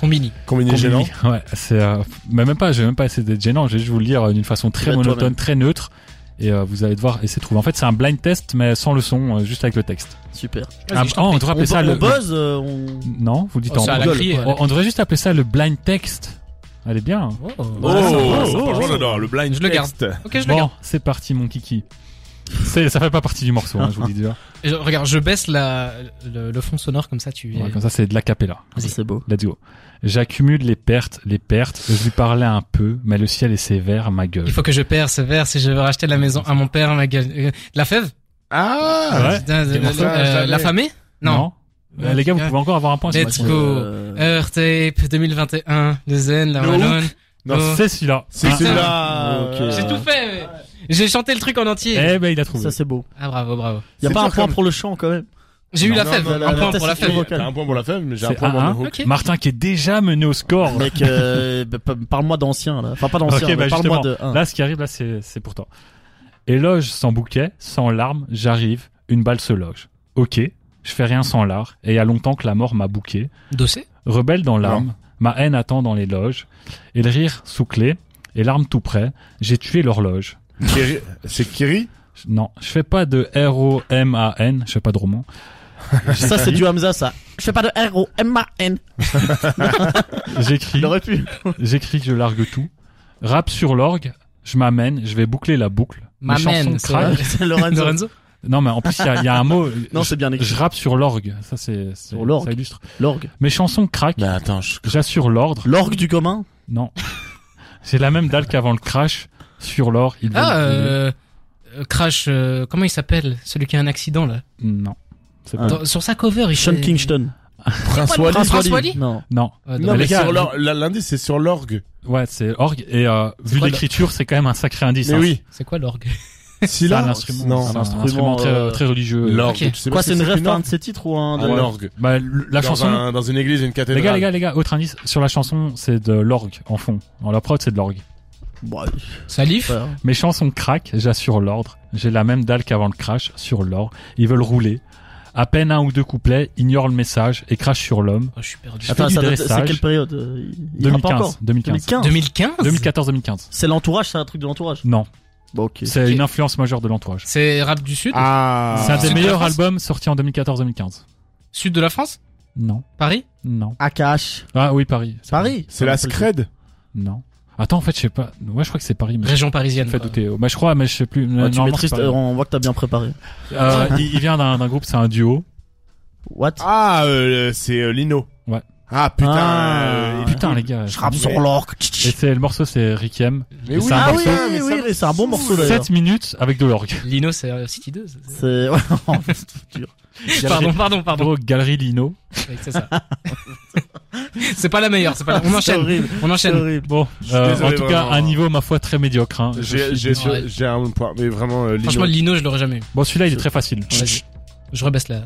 [SPEAKER 2] Combini.
[SPEAKER 4] Combiné
[SPEAKER 6] Combini.
[SPEAKER 4] gênant.
[SPEAKER 6] Ouais, c'est. euh, mais même pas, je vais même pas essayer d'être gênant. Je vais juste vous le dire euh, d'une façon très
[SPEAKER 5] Fais-le
[SPEAKER 6] monotone,
[SPEAKER 5] toi-même.
[SPEAKER 6] très neutre. Et euh, vous allez devoir essayer de trouver. En fait, c'est un blind test, mais sans le son, euh, juste avec le texte.
[SPEAKER 5] Super.
[SPEAKER 2] Vas-y,
[SPEAKER 6] Ah,
[SPEAKER 2] je
[SPEAKER 6] oh,
[SPEAKER 2] t'en
[SPEAKER 6] on
[SPEAKER 2] prie.
[SPEAKER 6] devrait
[SPEAKER 5] On,
[SPEAKER 6] appeler ça
[SPEAKER 5] on
[SPEAKER 6] le.
[SPEAKER 5] buzz, euh, on...
[SPEAKER 6] Non, vous dites
[SPEAKER 2] Oh,
[SPEAKER 6] en.
[SPEAKER 2] ça a la
[SPEAKER 5] rigole,
[SPEAKER 2] criée,
[SPEAKER 5] quoi.
[SPEAKER 2] elle a
[SPEAKER 6] On, on devrait juste appeler ça le blind text. Elle est bien.
[SPEAKER 2] crié.
[SPEAKER 4] Oh,
[SPEAKER 5] Voilà, ça,
[SPEAKER 4] oh,
[SPEAKER 5] ça, ça,
[SPEAKER 4] franchement,
[SPEAKER 5] ça.
[SPEAKER 4] j'adore, le blind
[SPEAKER 2] Je le garde.
[SPEAKER 4] text.
[SPEAKER 2] Ok, je le
[SPEAKER 6] Bon, c'est parti, mon kiki. C'est, ça fait pas partie du morceau, hein, je vous le dis déjà.
[SPEAKER 2] Et je- regarde, je baisse la, le, le fond sonore comme ça, tu.
[SPEAKER 6] Ouais, comme ça, c'est de la capella.
[SPEAKER 5] Ça, c'est beau.
[SPEAKER 6] Let's go. J'accumule les pertes, les pertes. Je lui parlais un peu, mais le ciel est sévère, ma gueule.
[SPEAKER 2] Il faut que je persévère si je veux racheter la maison à mon père, ma gueule. Euh, La fève
[SPEAKER 4] Ah
[SPEAKER 6] Ouais.
[SPEAKER 2] Putain, euh,
[SPEAKER 4] morceau,
[SPEAKER 2] euh,
[SPEAKER 4] j'avais.
[SPEAKER 2] La famée Non.
[SPEAKER 6] Euh, les gars, vous pouvez encore avoir un point. c'est
[SPEAKER 2] Let's
[SPEAKER 6] moi.
[SPEAKER 2] go.
[SPEAKER 5] Euh,
[SPEAKER 2] Tape 2021, de Zen, la
[SPEAKER 4] No.
[SPEAKER 2] Wallonne.
[SPEAKER 4] Non,
[SPEAKER 2] Oh.
[SPEAKER 6] C'est celui-là.
[SPEAKER 4] C'est
[SPEAKER 6] Ah.
[SPEAKER 4] celui-là.
[SPEAKER 5] ok.
[SPEAKER 4] euh,
[SPEAKER 2] J'ai tout fait mais J'ai chanté le truc en entier
[SPEAKER 6] Eh ben, il a trouvé.
[SPEAKER 5] Ça, c'est beau.
[SPEAKER 2] Ah bravo, bravo.
[SPEAKER 5] Y a
[SPEAKER 4] C'est
[SPEAKER 5] pas un
[SPEAKER 4] dur
[SPEAKER 5] point
[SPEAKER 4] comme-
[SPEAKER 5] pour le chant, quand même.
[SPEAKER 2] J'ai eu
[SPEAKER 4] Non,
[SPEAKER 2] la
[SPEAKER 4] non,
[SPEAKER 2] fève,
[SPEAKER 4] non,
[SPEAKER 2] un
[SPEAKER 5] non,
[SPEAKER 2] point
[SPEAKER 5] non,
[SPEAKER 2] pour la
[SPEAKER 5] c'est
[SPEAKER 2] fève.
[SPEAKER 5] trop-
[SPEAKER 4] T'as un point pour la femme, mais j'ai un
[SPEAKER 6] C'est
[SPEAKER 4] point pour
[SPEAKER 6] un,
[SPEAKER 4] le
[SPEAKER 6] hein.
[SPEAKER 4] hook.
[SPEAKER 2] Ok.
[SPEAKER 6] Martin qui est déjà mené au score.
[SPEAKER 5] Mec, euh, bah, pa- parle-moi d'ancien, là. Enfin, pas d'ancien,
[SPEAKER 6] Ok, bah,
[SPEAKER 5] mais parle-moi
[SPEAKER 6] justement.
[SPEAKER 5] de... un.
[SPEAKER 6] Là, ce qui arrive, là, c'est, c'est pour toi. Éloge sans bouquet, sans larmes, j'arrive, une balle se loge. Ok, je fais rien sans l'art, et il y a longtemps que la mort m'a bouqué.
[SPEAKER 2] Dossé
[SPEAKER 6] Rebelle dans l'âme, ma haine attend dans les loges, et le rire sous clé, et l'arme tout près, j'ai tué l'horloge.
[SPEAKER 4] Kiri- C'est Kiri
[SPEAKER 6] Je- Non, je fais pas de R-O-M-A-N, je fais pas de roman.
[SPEAKER 5] Ça, c'est du Hamza, ça. Je fais pas de R.O. M.A.N.
[SPEAKER 6] J'écris,
[SPEAKER 5] Il aurait pu.
[SPEAKER 6] j'écris, je largue tout. Rap sur l'orgue, je m'amène, je vais boucler la boucle. Mes chansons
[SPEAKER 2] M'amène, c'est
[SPEAKER 6] craquent.
[SPEAKER 2] vrai.
[SPEAKER 5] C'est Lorenzo.
[SPEAKER 2] Lorenzo
[SPEAKER 6] Non, mais en plus, il y, a- il y a un mot.
[SPEAKER 5] Non, c'est bien
[SPEAKER 6] Je-
[SPEAKER 5] écrit.
[SPEAKER 6] Je rappe sur l'orgue. Ça, c'est, c'est-
[SPEAKER 5] Sur l'orgue.
[SPEAKER 6] ça illustre.
[SPEAKER 5] L'orgue.
[SPEAKER 6] Mes chansons craquent.
[SPEAKER 4] Bah attends, je...
[SPEAKER 6] J'assure l'ordre.
[SPEAKER 5] L'orgue du commun.
[SPEAKER 6] Non. c'est la même dalle qu'avant le crash. Sur l'or, il
[SPEAKER 2] Ah,
[SPEAKER 6] veut-
[SPEAKER 2] euh, euh, Crash, euh, comment il s'appelle Celui qui a un accident là.
[SPEAKER 6] Non. C'est
[SPEAKER 5] Ah.
[SPEAKER 6] pas...
[SPEAKER 2] Dans- sur sa cover, il
[SPEAKER 5] Sean
[SPEAKER 2] fait-
[SPEAKER 5] Kingston.
[SPEAKER 4] Prince
[SPEAKER 2] Wally.
[SPEAKER 4] Wally.
[SPEAKER 2] Prince Wally
[SPEAKER 5] Non.
[SPEAKER 6] Non.
[SPEAKER 2] Ouais, dans-
[SPEAKER 4] Ah, Non,
[SPEAKER 6] Mais
[SPEAKER 4] mais
[SPEAKER 6] les gars,
[SPEAKER 4] sur l'or- la- l'indice, c'est sur l'orgue.
[SPEAKER 6] Ouais, c'est orgue. Et euh, vu
[SPEAKER 2] quoi,
[SPEAKER 6] l'écriture, c'est quand même un sacré indice.
[SPEAKER 4] Mais
[SPEAKER 6] hein.
[SPEAKER 4] oui.
[SPEAKER 2] C'est quoi l'orgue
[SPEAKER 4] Si
[SPEAKER 6] C'est
[SPEAKER 4] là,
[SPEAKER 6] un instrument,
[SPEAKER 4] non.
[SPEAKER 6] c'est un
[SPEAKER 5] instrument,
[SPEAKER 6] instrument très,
[SPEAKER 5] euh,
[SPEAKER 6] très religieux.
[SPEAKER 4] L'orgue.
[SPEAKER 2] Ok.
[SPEAKER 4] Tu sais
[SPEAKER 5] Quoi,
[SPEAKER 4] pas
[SPEAKER 5] c'est
[SPEAKER 4] ce
[SPEAKER 5] une
[SPEAKER 4] que
[SPEAKER 5] rêve
[SPEAKER 4] qu'une
[SPEAKER 5] par un
[SPEAKER 4] orgue
[SPEAKER 5] de ces titres ou un.
[SPEAKER 4] Un orgue.
[SPEAKER 6] Bah, le- la
[SPEAKER 4] Dans
[SPEAKER 6] chanson.
[SPEAKER 4] un- dans une église, une cathédrale.
[SPEAKER 6] Les gars, les gars, les gars, autre indice. Sur la chanson, c'est de l'orgue en fond. Dans la prod, c'est de l'orgue.
[SPEAKER 5] Bon,
[SPEAKER 2] Salif
[SPEAKER 5] voilà.
[SPEAKER 6] Mes chansons craquent, j'assure l'ordre. J'ai la même dalle qu'avant le crash sur l'or. Ils veulent rouler. À peine un ou deux couplets, ignorent le message et crachent sur l'homme.
[SPEAKER 2] Oh, Je suis perdu.
[SPEAKER 6] Je fais
[SPEAKER 5] Attends,
[SPEAKER 6] du
[SPEAKER 5] ça date- c'est
[SPEAKER 6] dressage.
[SPEAKER 5] quelle période euh, il- il rappe encore
[SPEAKER 6] 2015. 2015.
[SPEAKER 5] 2015.
[SPEAKER 2] 2015
[SPEAKER 6] 2014-2015.
[SPEAKER 5] C'est l'entourage, c'est un truc de l'entourage.
[SPEAKER 6] Non, Bah,
[SPEAKER 5] Bon, ok.
[SPEAKER 6] c'est une influence majeure de l'entourage.
[SPEAKER 2] C'est rap du sud
[SPEAKER 4] Ah.
[SPEAKER 6] C'est un des
[SPEAKER 2] Sud de
[SPEAKER 6] meilleurs
[SPEAKER 2] la France
[SPEAKER 6] albums sortis en 2014-2015.
[SPEAKER 2] Sud de la France
[SPEAKER 6] Non,
[SPEAKER 2] Paris
[SPEAKER 6] non.
[SPEAKER 5] AKH.
[SPEAKER 6] Ah oui, Paris. C'est
[SPEAKER 5] Paris.
[SPEAKER 4] C'est la Scred.
[SPEAKER 6] Non. Attends, en fait, je sais pas. Ouais, je crois que c'est Paris, mais
[SPEAKER 2] Région
[SPEAKER 6] je me
[SPEAKER 2] parisienne.
[SPEAKER 6] fais
[SPEAKER 2] quoi.
[SPEAKER 6] douter. Bah, je crois, mais je sais plus.
[SPEAKER 5] Ouais, tu
[SPEAKER 6] Normalement,
[SPEAKER 5] maîtrises,
[SPEAKER 6] c'est Paris.
[SPEAKER 5] euh, on voit que t'as bien préparé.
[SPEAKER 6] Euh, il, il vient d'un d'un groupe, c'est un duo.
[SPEAKER 5] What
[SPEAKER 4] Ah, euh, c'est euh, Lino.
[SPEAKER 6] Ouais.
[SPEAKER 4] Ah, putain.
[SPEAKER 5] Ah.
[SPEAKER 4] euh,
[SPEAKER 6] Putain, les gars.
[SPEAKER 5] Je rappe sur l'orgue.
[SPEAKER 6] Et c'est le morceau, c'est Rickiem.
[SPEAKER 4] Mais
[SPEAKER 6] Et
[SPEAKER 4] oui,
[SPEAKER 6] c'est un
[SPEAKER 5] Ah oui,
[SPEAKER 6] morceau.
[SPEAKER 5] oui, oui, oui, c'est un bon morceau d'ailleurs.
[SPEAKER 6] 7 minutes avec de l'orgue.
[SPEAKER 2] Lino, c'est euh, City 2. ça, c'est-
[SPEAKER 5] C'est. Ouais, non, c'est dur.
[SPEAKER 2] Pardon, pardon, pardon.
[SPEAKER 6] Galerie- Galerie Lino.
[SPEAKER 2] Oui, C'est ça. c'est pas la meilleure. C'est pas. La... On
[SPEAKER 5] C'est
[SPEAKER 2] enchaîne.
[SPEAKER 5] horrible,
[SPEAKER 2] On
[SPEAKER 5] c'est
[SPEAKER 2] enchaîne.
[SPEAKER 5] horrible.
[SPEAKER 6] Bon,
[SPEAKER 4] suis
[SPEAKER 6] euh,
[SPEAKER 4] désolé,
[SPEAKER 6] en tout cas,
[SPEAKER 4] vraiment.
[SPEAKER 6] un niveau, ma foi, très médiocre. hein. Je
[SPEAKER 4] J'ai,
[SPEAKER 6] suis
[SPEAKER 4] j'ai,
[SPEAKER 6] déçu.
[SPEAKER 2] Ouais.
[SPEAKER 4] j'ai un point, mais vraiment, euh, Lino.
[SPEAKER 2] Franchement, Lino, je l'aurais jamais eu.
[SPEAKER 6] Bon, celui-là, il est très facile.
[SPEAKER 2] Vas-y. Je rebaisse la.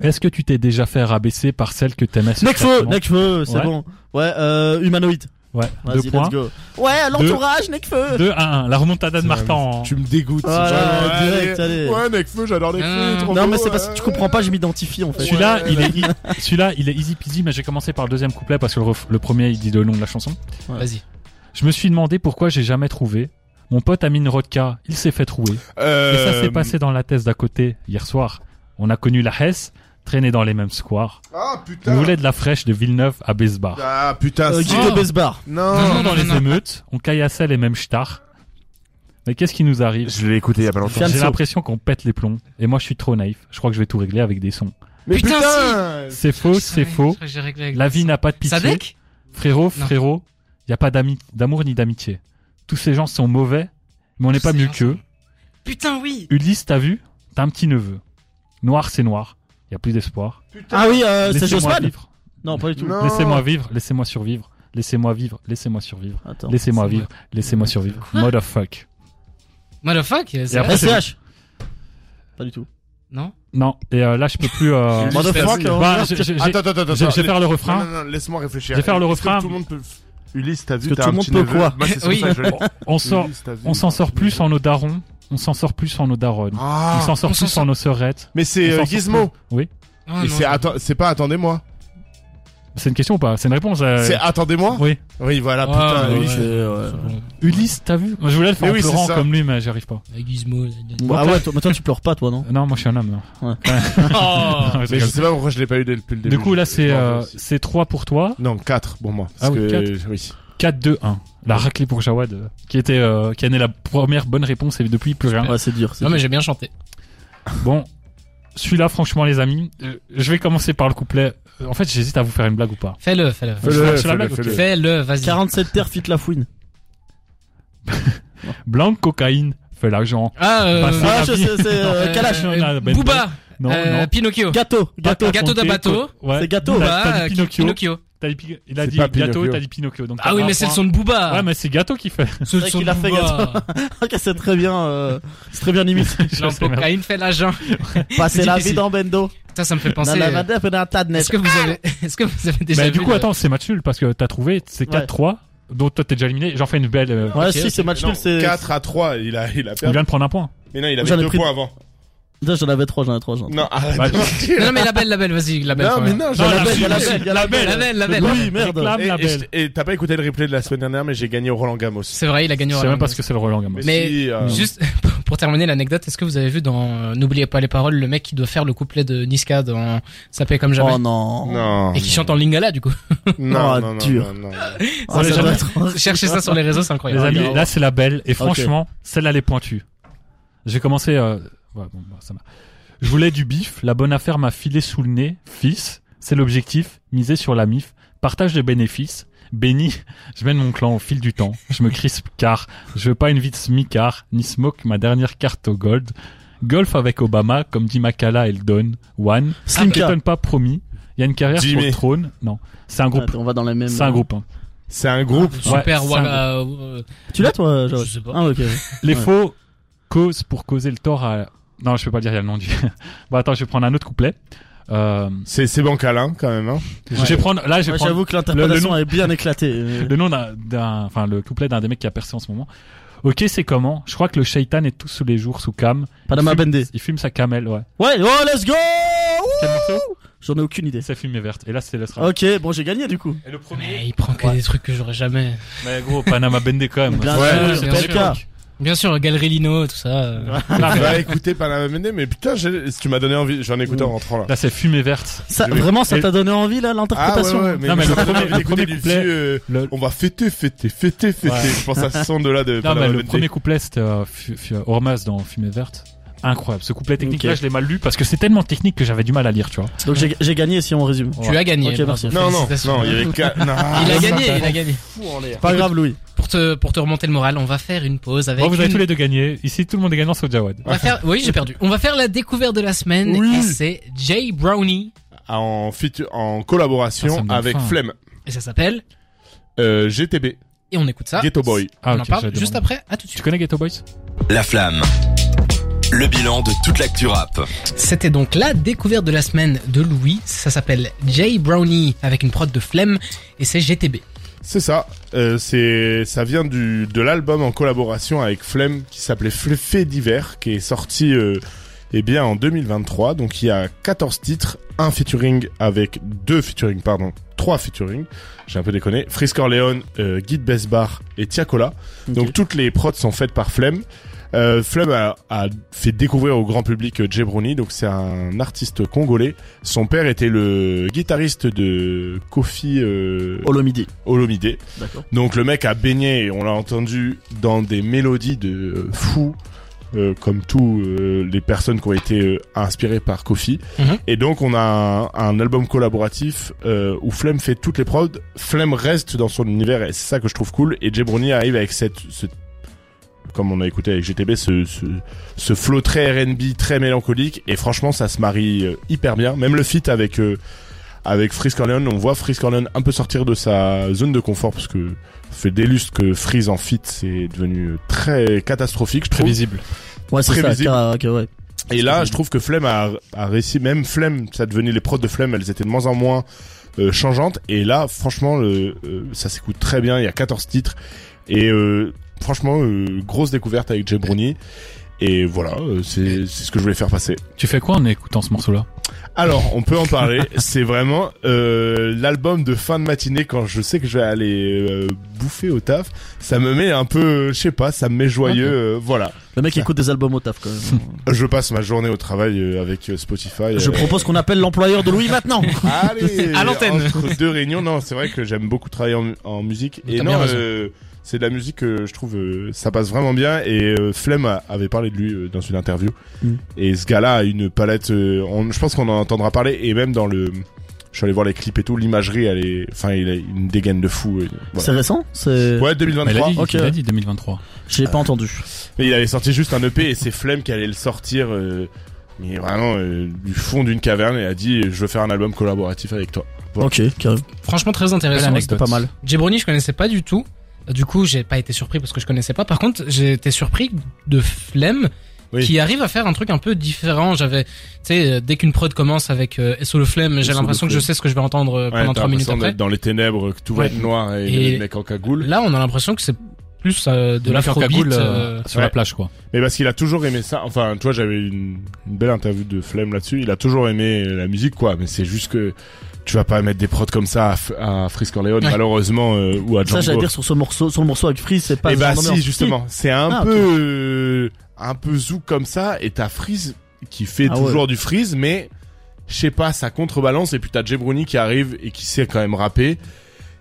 [SPEAKER 6] Est-ce que tu t'es déjà fait rabaisser par celle que t'aimais
[SPEAKER 5] Necfeu,
[SPEAKER 6] secrètement
[SPEAKER 5] Necfeu, c'est
[SPEAKER 6] Ouais.
[SPEAKER 5] bon. Ouais, euh, humanoïde.
[SPEAKER 6] Ouais,
[SPEAKER 5] Vas-y,
[SPEAKER 6] deux
[SPEAKER 5] let's
[SPEAKER 6] points.
[SPEAKER 5] go. Ouais, l'entourage, Necfeu.
[SPEAKER 6] 2 à 1, la remontada de Martin. hein. en-
[SPEAKER 4] Tu me dégoûtes.
[SPEAKER 5] Voilà,
[SPEAKER 4] Ouais,
[SPEAKER 5] direct, allez. Ah.
[SPEAKER 4] Ouais, mec, feu, j'adore les
[SPEAKER 2] Euh,
[SPEAKER 4] feux. trop
[SPEAKER 5] Non,
[SPEAKER 4] beau,
[SPEAKER 5] mais c'est parce
[SPEAKER 4] ouais.
[SPEAKER 5] que tu comprends pas, je m'identifie en fait.
[SPEAKER 6] Celui-là,
[SPEAKER 4] Ouais,
[SPEAKER 6] il est, i- celui-là, il est easy peasy, mais j'ai commencé par le deuxième couplet parce que le, ref- le premier, il dit le nom de la chanson.
[SPEAKER 2] Vas-y.
[SPEAKER 6] Je me suis demandé pourquoi j'ai jamais trouvé. Mon pote Amine Rodka, il s'est fait trouer.
[SPEAKER 4] Euh,
[SPEAKER 6] Et ça s'est passé dans la thèse d'à côté hier soir. On a connu la Hesse, traîné dans les mêmes squares.
[SPEAKER 4] Ah,
[SPEAKER 6] On
[SPEAKER 4] putain.
[SPEAKER 6] voulait de la fraîche de Villeneuve à Besbar.
[SPEAKER 4] Ah, putain.
[SPEAKER 5] Euh,
[SPEAKER 4] c'est-
[SPEAKER 5] Guido
[SPEAKER 2] Oh.
[SPEAKER 5] Besbar.
[SPEAKER 4] Non.
[SPEAKER 6] dans les émeutes, on caillassait les mêmes stars. Mais qu'est-ce qui nous arrive
[SPEAKER 4] Je l'ai écouté il y a pas longtemps.
[SPEAKER 5] Fianso.
[SPEAKER 6] J'ai l'impression qu'on pète les plombs. Et moi, je suis trop naïf. Je crois que je vais tout régler avec des sons.
[SPEAKER 4] Mais
[SPEAKER 2] Putain,
[SPEAKER 4] putain.
[SPEAKER 6] C'est faux, c'est faux. La vie n'a pas de pitié.
[SPEAKER 2] Sadek
[SPEAKER 6] Frérot,
[SPEAKER 2] Non.
[SPEAKER 6] frérot, y a pas d'ami- d'amour ni d'amitié. Tous ces gens sont mauvais, mais on n'est
[SPEAKER 2] Tous
[SPEAKER 6] pas
[SPEAKER 2] ces
[SPEAKER 6] mieux
[SPEAKER 2] gens
[SPEAKER 6] qu'eux.
[SPEAKER 2] Putain, oui.
[SPEAKER 6] Ulysse, t'as vu T'as un petit neveu. Noir, c'est noir. Y a plus d'espoir.
[SPEAKER 5] Ah oui, euh, c'est
[SPEAKER 6] Laissez-moi
[SPEAKER 5] Jossman.
[SPEAKER 6] vivre.
[SPEAKER 5] Non, pas du tout.
[SPEAKER 4] Non.
[SPEAKER 6] Laissez-moi vivre, laissez-moi survivre. Laissez-moi vivre, laissez-moi survivre.
[SPEAKER 5] Attends.
[SPEAKER 6] Laissez-moi
[SPEAKER 2] c'est
[SPEAKER 6] vivre, laissez-moi survivre. Motherfuck.
[SPEAKER 2] Motherfuck c'est
[SPEAKER 6] après-
[SPEAKER 2] vrai
[SPEAKER 5] SCH. Pas du tout.
[SPEAKER 2] Non
[SPEAKER 6] Non, et euh, là, je peux plus. euh,
[SPEAKER 4] Ulysse,
[SPEAKER 5] Motherfuck,
[SPEAKER 4] t'as vu
[SPEAKER 5] hein.
[SPEAKER 6] bah, je- je- j'ai-
[SPEAKER 4] Attends, attends, attends.
[SPEAKER 6] je- je vais
[SPEAKER 4] attends.
[SPEAKER 6] faire le
[SPEAKER 4] Non,
[SPEAKER 6] refrain.
[SPEAKER 4] non, non, laisse-moi réfléchir.
[SPEAKER 6] Je vais faire le
[SPEAKER 4] Est-ce que
[SPEAKER 6] refrain.
[SPEAKER 4] Tout le monde peut. Ulysse, t'as vu,
[SPEAKER 5] que
[SPEAKER 4] t'as
[SPEAKER 5] tout
[SPEAKER 4] un
[SPEAKER 5] le monde
[SPEAKER 4] petit
[SPEAKER 5] peut
[SPEAKER 4] neveu.
[SPEAKER 5] quoi
[SPEAKER 4] Moi, c'est
[SPEAKER 2] Oui.
[SPEAKER 4] pour ça que je l'ai.
[SPEAKER 6] On sort,
[SPEAKER 4] Ulysse, t'as vu,
[SPEAKER 6] on s'en sort plus en nos darons. On s'en sort plus en nos daronnes. On
[SPEAKER 4] Ah.
[SPEAKER 6] s'en sort
[SPEAKER 2] on s'en
[SPEAKER 6] plus en
[SPEAKER 2] sort-
[SPEAKER 6] nos sœurettes.
[SPEAKER 4] Mais c'est
[SPEAKER 6] On
[SPEAKER 4] euh,
[SPEAKER 6] s'en sort
[SPEAKER 4] Gizmo.
[SPEAKER 6] plus. Oui.
[SPEAKER 2] Ah,
[SPEAKER 4] Et
[SPEAKER 2] non.
[SPEAKER 4] c'est atten- c'est pas attendez-moi.
[SPEAKER 6] C'est une question ou pas C'est une réponse. euh,
[SPEAKER 4] C'est attendez-moi.
[SPEAKER 6] Oui.
[SPEAKER 4] Oui, voilà,
[SPEAKER 2] Ah,
[SPEAKER 4] putain.
[SPEAKER 2] ouais.
[SPEAKER 4] Ulysse.
[SPEAKER 6] Ulysse, t'as vu Moi, Je voulais le faire
[SPEAKER 4] Mais
[SPEAKER 6] en
[SPEAKER 4] oui, c'est
[SPEAKER 6] pleurant
[SPEAKER 4] ça.
[SPEAKER 6] comme lui, mais j'y arrive pas. Euh,
[SPEAKER 2] Avec Gizmo.
[SPEAKER 5] Ah ouais, toi, mais toi tu pleures pas toi non
[SPEAKER 6] Non, moi je suis un homme. Non.
[SPEAKER 5] Ouais.
[SPEAKER 6] Non, je
[SPEAKER 4] Mais je
[SPEAKER 6] rigole.
[SPEAKER 4] sais pas pourquoi je l'ai pas eu dès- depuis le début.
[SPEAKER 6] du coup, là, c'est
[SPEAKER 4] Je m'en
[SPEAKER 6] euh,
[SPEAKER 4] fous aussi.
[SPEAKER 6] c'est 3 pour toi,
[SPEAKER 4] Non, 4 pour moi.
[SPEAKER 6] Ah
[SPEAKER 4] Parce
[SPEAKER 6] oui,
[SPEAKER 4] que,
[SPEAKER 6] quatre.
[SPEAKER 4] oui.
[SPEAKER 6] 4, 2, 1. La raclée pour Jawad, euh, qui était euh, qui a donné la première bonne réponse et depuis plus rien.
[SPEAKER 5] Ouais, c'est dur. c'est
[SPEAKER 2] Non, mais
[SPEAKER 5] dur.
[SPEAKER 2] j'ai bien chanté.
[SPEAKER 6] Bon, celui-là, franchement, les amis, euh, je vais commencer par le couplet. Euh, En fait, j'hésite à vous faire une blague ou pas.
[SPEAKER 2] Fais-le, fais-le.
[SPEAKER 6] Je
[SPEAKER 4] Fais-le,
[SPEAKER 6] lâche la
[SPEAKER 4] fais-le,
[SPEAKER 6] blague,
[SPEAKER 4] fais-le.
[SPEAKER 2] Fais-le, vas-y.
[SPEAKER 5] 47 terres fit la fouine.
[SPEAKER 6] Blanc, cocaïne, fait l'argent.
[SPEAKER 2] Ah, euh,
[SPEAKER 6] Passé.
[SPEAKER 5] Ah,
[SPEAKER 6] la
[SPEAKER 5] je
[SPEAKER 6] vie.
[SPEAKER 5] sais, c'est euh,
[SPEAKER 2] euh,
[SPEAKER 5] Kalash.
[SPEAKER 6] euh, Ben-
[SPEAKER 2] Booba,
[SPEAKER 6] Non,
[SPEAKER 2] euh,
[SPEAKER 6] non.
[SPEAKER 2] Pinocchio.
[SPEAKER 5] Gâteau, gâteau.
[SPEAKER 2] gâteau d'un
[SPEAKER 6] compté,
[SPEAKER 2] bateau.
[SPEAKER 6] co- Ouais.
[SPEAKER 5] C'est gâteau.
[SPEAKER 6] T'as
[SPEAKER 2] Booba,
[SPEAKER 6] t'as
[SPEAKER 2] euh,
[SPEAKER 6] dit Pinocchio.
[SPEAKER 2] Pinocchio.
[SPEAKER 6] t'as dit Pi- Il a
[SPEAKER 4] C'est
[SPEAKER 6] dit
[SPEAKER 4] pas
[SPEAKER 6] gâteau,
[SPEAKER 4] Pinocchio.
[SPEAKER 6] t'as dit Pinocchio. donc
[SPEAKER 2] Ah
[SPEAKER 6] t'as
[SPEAKER 2] oui,
[SPEAKER 6] un
[SPEAKER 2] mais c'est le
[SPEAKER 6] point.
[SPEAKER 2] son de Booba.
[SPEAKER 6] Ouais, mais c'est gâteau qui fait.
[SPEAKER 2] C'est le
[SPEAKER 5] vrai
[SPEAKER 2] son
[SPEAKER 5] qu'il
[SPEAKER 2] de
[SPEAKER 5] a fait
[SPEAKER 2] Booba.
[SPEAKER 5] Ok, c'est très bien. euh, c'est très bien imité.
[SPEAKER 6] Je sais même pas.
[SPEAKER 2] L'empocaïne fait l'agent.
[SPEAKER 5] Passer la vie
[SPEAKER 2] difficile.
[SPEAKER 5] dans Bendo.
[SPEAKER 2] Ça, ça me fait
[SPEAKER 5] Dans
[SPEAKER 2] penser.
[SPEAKER 5] la
[SPEAKER 2] euh,
[SPEAKER 5] vadef et dans la tas de
[SPEAKER 2] Est-ce
[SPEAKER 5] net.
[SPEAKER 2] que vous avez, est-ce que vous avez déjà
[SPEAKER 6] Bah,
[SPEAKER 2] vu
[SPEAKER 6] du coup,
[SPEAKER 2] le-
[SPEAKER 6] attends, c'est match nul parce que t'as trouvé, c'est
[SPEAKER 5] Ouais.
[SPEAKER 6] 4-3, donc toi t'es déjà éliminé. J'en fais une belle. euh,
[SPEAKER 5] Ouais,
[SPEAKER 2] ok,
[SPEAKER 5] si,
[SPEAKER 2] ok,
[SPEAKER 5] c'est match
[SPEAKER 4] Non,
[SPEAKER 5] nul, c'est.
[SPEAKER 4] 4 à 3, il a, il a
[SPEAKER 6] On
[SPEAKER 4] perdu.
[SPEAKER 6] vient de prendre un point.
[SPEAKER 4] Mais non, il avait
[SPEAKER 5] J'en ai
[SPEAKER 4] 2
[SPEAKER 5] pris-
[SPEAKER 4] points avant.
[SPEAKER 5] Déjà, j'en avais 3, j'en ai 3. J'en ai
[SPEAKER 4] Non, arrête
[SPEAKER 6] Bah,
[SPEAKER 4] de mentir.
[SPEAKER 2] Non, non, mais la belle, la belle, vas-y, la belle.
[SPEAKER 4] Non,
[SPEAKER 2] quand
[SPEAKER 4] mais
[SPEAKER 2] même.
[SPEAKER 4] non,
[SPEAKER 6] Non,
[SPEAKER 4] j'en ai
[SPEAKER 6] la
[SPEAKER 4] pas
[SPEAKER 6] belle,
[SPEAKER 4] dit.
[SPEAKER 6] la belle.
[SPEAKER 2] La belle, la belle, la belle.
[SPEAKER 5] Oui, merde.
[SPEAKER 6] Réclame
[SPEAKER 4] Et-
[SPEAKER 6] la
[SPEAKER 4] et je-
[SPEAKER 6] belle.
[SPEAKER 4] Et t'as pas écouté le replay de la semaine dernière, mais j'ai gagné au Roland Gamos.
[SPEAKER 2] C'est vrai, il a
[SPEAKER 6] Je
[SPEAKER 2] gagné au
[SPEAKER 6] sais même
[SPEAKER 2] Roland
[SPEAKER 6] pas ce que c'est le Roland Gamos.
[SPEAKER 2] Mais
[SPEAKER 4] si, euh,
[SPEAKER 2] Juste pour terminer l'anecdote, est-ce que vous avez vu dans euh, N'oubliez pas les paroles le mec qui doit faire le couplet de Niska dans Ça paie comme jamais
[SPEAKER 5] Oh non.
[SPEAKER 4] Non.
[SPEAKER 2] et qui chante en lingala du coup
[SPEAKER 5] Ah,
[SPEAKER 4] Non, non, non,
[SPEAKER 5] dur.
[SPEAKER 4] non, non.
[SPEAKER 5] Ah,
[SPEAKER 6] Oh, les
[SPEAKER 5] ça doit
[SPEAKER 6] amis,
[SPEAKER 5] être-
[SPEAKER 2] Cherchez ça sur les réseaux, c'est
[SPEAKER 6] Les
[SPEAKER 2] incroyable.
[SPEAKER 6] amis,
[SPEAKER 5] bien,
[SPEAKER 6] là c'est la belle et franchement, celle-là elle est pointue. J'ai commencé. euh, ouais, bon, bah, ça m'a- Je voulais du bif, la bonne affaire m'a filé sous le nez, fils. C'est l'objectif, miser sur la mif, partage de bénéfices. Béni, je mène mon clan au fil du temps. Je me crispe car je veux pas une vie de smicard, ni smoke ma dernière carte au gold. Golf avec Obama, comme dit Makala, elle donne. One,
[SPEAKER 5] Slimka.
[SPEAKER 6] t'étonne pas promis. Il y a une carrière sur
[SPEAKER 4] Jimmy.
[SPEAKER 6] le trône. Non, c'est un groupe.
[SPEAKER 5] Attends, On va dans les mêmes.
[SPEAKER 6] C'est un groupe. hein.
[SPEAKER 4] C'est un groupe.
[SPEAKER 6] Ouais,
[SPEAKER 2] Super
[SPEAKER 6] c'est un
[SPEAKER 2] Walla, euh,
[SPEAKER 5] Tu l'as toi, Joël
[SPEAKER 2] Je sais pas.
[SPEAKER 5] Ah, ok.
[SPEAKER 6] Les
[SPEAKER 5] Ouais.
[SPEAKER 6] faux, cause pour causer le tort à. Non, je peux pas dire, il y a le nom du. bon, attends, je vais prendre un autre couplet. Euh,
[SPEAKER 4] C'est c'est bancal hein, quand même. Hein.
[SPEAKER 6] Je vais prendre. Là, je vais
[SPEAKER 5] Ouais,
[SPEAKER 6] prendre
[SPEAKER 5] J'avoue que l'interprétation
[SPEAKER 6] nom-
[SPEAKER 5] est bien éclatée. Euh,
[SPEAKER 6] le nom d'un- d'un. Enfin, le couplet d'un des mecs qui a percé en ce moment. Ok, c'est comment Je crois que le shaitan est tous les jours sous cam.
[SPEAKER 5] Panama
[SPEAKER 6] Il fume-
[SPEAKER 5] Bendé.
[SPEAKER 6] Il fume sa camel, ouais.
[SPEAKER 5] Ouais, oh, let's go
[SPEAKER 6] Quel morceau
[SPEAKER 5] J'en ai aucune
[SPEAKER 6] Et
[SPEAKER 5] idée.
[SPEAKER 6] sa fumée verte. Et là, c'est le sera.
[SPEAKER 5] Ok, bon, j'ai gagné du coup.
[SPEAKER 6] Et le
[SPEAKER 2] Mais
[SPEAKER 6] premier.
[SPEAKER 2] il prend que
[SPEAKER 6] Ouais.
[SPEAKER 2] des trucs que j'aurais jamais.
[SPEAKER 6] Mais gros, Panama Bendé quand même.
[SPEAKER 5] Bien
[SPEAKER 4] Ouais,
[SPEAKER 5] sûr,
[SPEAKER 2] bien
[SPEAKER 5] c'est pas
[SPEAKER 2] sûr.
[SPEAKER 5] le cas.
[SPEAKER 2] Bien sûr, Galrilino, tout ça. euh.
[SPEAKER 6] Là,
[SPEAKER 4] Bah écoutez Panama Mende, mais putain, j'ai- tu m'as donné envie, j'en ai écouté en rentrant là.
[SPEAKER 6] Là, c'est fumée verte.
[SPEAKER 5] Ça,
[SPEAKER 4] Oui.
[SPEAKER 5] vraiment, ça
[SPEAKER 6] Et-
[SPEAKER 5] t'a donné envie là,
[SPEAKER 4] Ah ouais,
[SPEAKER 5] l'interprétation
[SPEAKER 4] ouais, mais,
[SPEAKER 6] Non, mais
[SPEAKER 4] ça
[SPEAKER 6] le
[SPEAKER 4] m'a
[SPEAKER 6] premier-
[SPEAKER 4] donné envie
[SPEAKER 6] le
[SPEAKER 4] d'écouter
[SPEAKER 6] premier
[SPEAKER 4] du
[SPEAKER 6] couplet-
[SPEAKER 4] vieux, euh,
[SPEAKER 6] Le-
[SPEAKER 4] On va fêter, fêter, fêter, fêter.
[SPEAKER 6] Ouais.
[SPEAKER 4] Je pense à ce son de là de
[SPEAKER 6] Non,
[SPEAKER 4] Panama
[SPEAKER 6] mais le
[SPEAKER 4] Mende.
[SPEAKER 6] premier couplet, c'était euh, Fu- Fu- Ormas dans Fumée Verte. Incroyable. Ce couplet technique-là,
[SPEAKER 5] Ok.
[SPEAKER 6] je l'ai mal lu parce que c'est tellement technique que j'avais du mal à lire, tu vois.
[SPEAKER 5] Donc j'ai j'ai gagné si on résume.
[SPEAKER 2] Tu as gagné.
[SPEAKER 5] Ok,
[SPEAKER 2] bravo.
[SPEAKER 5] merci.
[SPEAKER 4] Non, non,
[SPEAKER 2] Félicitations.
[SPEAKER 4] non, il y avait qu'à- non.
[SPEAKER 2] Il
[SPEAKER 6] Ah,
[SPEAKER 2] a gagné, il a gagné.
[SPEAKER 5] Pas grave, Louis.
[SPEAKER 2] Pour te, pour te remonter le moral, on va faire une pause avec.
[SPEAKER 6] Bon, vous avez
[SPEAKER 2] une-
[SPEAKER 6] tous les deux gagné. Ici, tout le monde est gagnant, sauf Jawad.
[SPEAKER 2] On va faire, oui, j'ai perdu. On va faire la découverte de la semaine.
[SPEAKER 5] Oui.
[SPEAKER 2] Et c'est Jay Brownie.
[SPEAKER 4] En, featu- en
[SPEAKER 6] Ah, ça
[SPEAKER 4] collaboration
[SPEAKER 6] me donne
[SPEAKER 4] avec
[SPEAKER 6] faim.
[SPEAKER 4] Flemme,
[SPEAKER 2] Et ça s'appelle.
[SPEAKER 4] euh, GTB,
[SPEAKER 2] Et on écoute ça.
[SPEAKER 4] Ghetto Boy.
[SPEAKER 2] on
[SPEAKER 6] Ah,
[SPEAKER 2] en
[SPEAKER 6] ok, j'avais
[SPEAKER 2] parle juste
[SPEAKER 6] demandé.
[SPEAKER 2] après. À tout de
[SPEAKER 6] Tu
[SPEAKER 2] suite.
[SPEAKER 6] connais Ghetto Boys
[SPEAKER 1] La flamme. Le bilan de toute l'actu rap.
[SPEAKER 2] C'était donc la découverte de la semaine de Louis. Ça s'appelle Jay Brownie avec une prod de flemme. Et c'est GTB.
[SPEAKER 4] C'est ça. Euh, c'est ça vient du de l'album en collaboration avec Flemme qui s'appelait Fle- Fait d'hiver qui est sorti euh, eh bien en 2023. Donc il y a 14 titres, un featuring avec deux featuring pardon, trois featuring. J'ai un peu déconné. Frisk Orleans, euh, Guy de Besbar et Tiakola. Donc toutes les prods sont faites par Flemme. Euh, Flemme a, a fait découvrir au grand public euh, Jay Brownie, donc c'est un artiste congolais. Son père était le guitariste de Kofi euh,
[SPEAKER 5] Olomidi.
[SPEAKER 4] Olomide.
[SPEAKER 5] D'accord.
[SPEAKER 4] Donc le mec a baigné, et on l'a entendu dans des mélodies de fou, comme tous euh, les personnes qui ont été euh, inspirées par Kofi.
[SPEAKER 2] Mhm.
[SPEAKER 4] Et donc on a un, un album collaboratif euh, où Flemme fait toutes les prods. Flemme reste dans son univers et c'est ça que je trouve cool. Et Jay Brownie arrive avec cette, ce- comme on a écouté avec GTB, ce, ce, ce flow très R&B, très mélancolique. Et franchement, ça se marie euh, hyper bien. Même le feat avec euh, avec Freeze Corleone, on voit Freeze Corleone un peu sortir de sa zone de confort parce que ça fait des lustres que Freeze en fit c'est devenu euh, très catastrophique je trouve.
[SPEAKER 6] Prévisible.
[SPEAKER 5] Ouais, c'est ça.
[SPEAKER 4] Prévisible.
[SPEAKER 5] car- que, ouais.
[SPEAKER 4] Et là je trouve que Flemme a, a réussi même Flemme ça devenait les prods de Flemme elles étaient de moins en moins euh, changeantes et là franchement le- euh, ça s'écoute très bien il y a 14 titres et euh, franchement euh, grosse découverte avec Jay Brownie et voilà euh, c'est c'est ce que je voulais faire passer.
[SPEAKER 6] Tu fais quoi en écoutant ce morceau-là
[SPEAKER 4] Alors, on peut en parler. c'est vraiment euh, l'album de fin de matinée quand je sais que je vais aller euh, bouffer au taf. Ça me met un peu, euh, je sais pas, ça me met joyeux. euh, voilà.
[SPEAKER 5] Le mec écoute des albums au taf quand même.
[SPEAKER 4] Je passe ma journée au travail euh, avec euh, Spotify.
[SPEAKER 5] Je
[SPEAKER 4] euh,
[SPEAKER 5] propose qu'on appelle l'employeur de Louis maintenant.
[SPEAKER 4] Allez,
[SPEAKER 2] À l'antenne.
[SPEAKER 4] Entre deux réunions, non, c'est vrai que j'aime beaucoup travailler en, en musique.
[SPEAKER 2] Mais
[SPEAKER 4] et
[SPEAKER 2] t'as bien
[SPEAKER 4] non,
[SPEAKER 2] raison.
[SPEAKER 4] euh, c'est de la musique que je trouve, euh, ça passe vraiment bien. Et euh, Flemme a- avait parlé de lui euh, dans une interview.
[SPEAKER 5] Mm.
[SPEAKER 4] Et ce gars-là a une palette. euh, on, je pense qu'on en entendra parler. Et même dans le, je suis allé voir les clips et tout, l'imagerie, elle est, enfin, il a une dégaine de fou. et voilà.
[SPEAKER 5] C'est récent C'est.
[SPEAKER 4] Ouais,
[SPEAKER 6] Mais il a
[SPEAKER 4] 2023.
[SPEAKER 6] dit,
[SPEAKER 5] ok.
[SPEAKER 6] il a dit 2023.
[SPEAKER 5] J'ai pas entendu.
[SPEAKER 4] Mais il avait sorti juste un EP et c'est Flemme qui allait le sortir. euh, mais vraiment euh, du fond d'une caverne et a dit je veux faire un album collaboratif avec toi. Bon.
[SPEAKER 5] Ok, carrément.
[SPEAKER 2] Franchement, très intéressant.
[SPEAKER 6] Belle
[SPEAKER 5] C'était pas mal.
[SPEAKER 2] Jay Brownie, je connaissais pas du tout. Du coup, j'ai pas été surpris parce que je connaissais pas. Par contre, j'ai été surpris de Flemme
[SPEAKER 4] Oui.
[SPEAKER 2] qui arrive à faire un truc un peu différent. J'avais, tu sais, euh, dès qu'une prod commence avec euh, Solo Flemme, j'ai
[SPEAKER 4] Solo
[SPEAKER 2] l'impression que je
[SPEAKER 4] Flemme.
[SPEAKER 2] sais ce que je vais entendre euh,
[SPEAKER 4] Ouais,
[SPEAKER 2] pendant
[SPEAKER 4] t'as
[SPEAKER 2] trois minutes
[SPEAKER 4] l'impression
[SPEAKER 2] après.
[SPEAKER 4] d'être dans les ténèbres, que tout va
[SPEAKER 2] Ouais.
[SPEAKER 4] être noir et,
[SPEAKER 2] Et-
[SPEAKER 4] les mecs en cagoule.
[SPEAKER 2] Là, on a l'impression que c'est plus euh, de
[SPEAKER 6] Le mec en
[SPEAKER 2] l'afrobeat.
[SPEAKER 6] cagoule, euh,
[SPEAKER 2] euh,
[SPEAKER 6] sur
[SPEAKER 4] ouais.
[SPEAKER 6] la plage, quoi.
[SPEAKER 4] Mais parce qu'il a toujours aimé ça. Enfin, toi, j'avais une, une belle interview de Flemme là-dessus. Il a toujours aimé la musique, quoi. Mais c'est juste que tu vas pas mettre des prods comme ça à, F- à Freeze Corleone,
[SPEAKER 2] Ouais.
[SPEAKER 4] malheureusement, euh, ou à
[SPEAKER 5] Ça, j'allais
[SPEAKER 4] Django.
[SPEAKER 5] dire sur ce morceau, sur le morceau avec Freeze, c'est pas.
[SPEAKER 4] et
[SPEAKER 5] ce
[SPEAKER 4] bah
[SPEAKER 5] genre
[SPEAKER 4] si,
[SPEAKER 5] d'ambiance.
[SPEAKER 4] justement, c'est un
[SPEAKER 5] Ah, ok.
[SPEAKER 4] peu, euh, un peu zouk comme ça. Et t'as Freeze qui fait
[SPEAKER 5] Ah ouais.
[SPEAKER 4] toujours du Freeze, mais je sais pas, ça contrebalance. Et puis t'as Jay Brownie qui arrive et qui sait quand même rapper.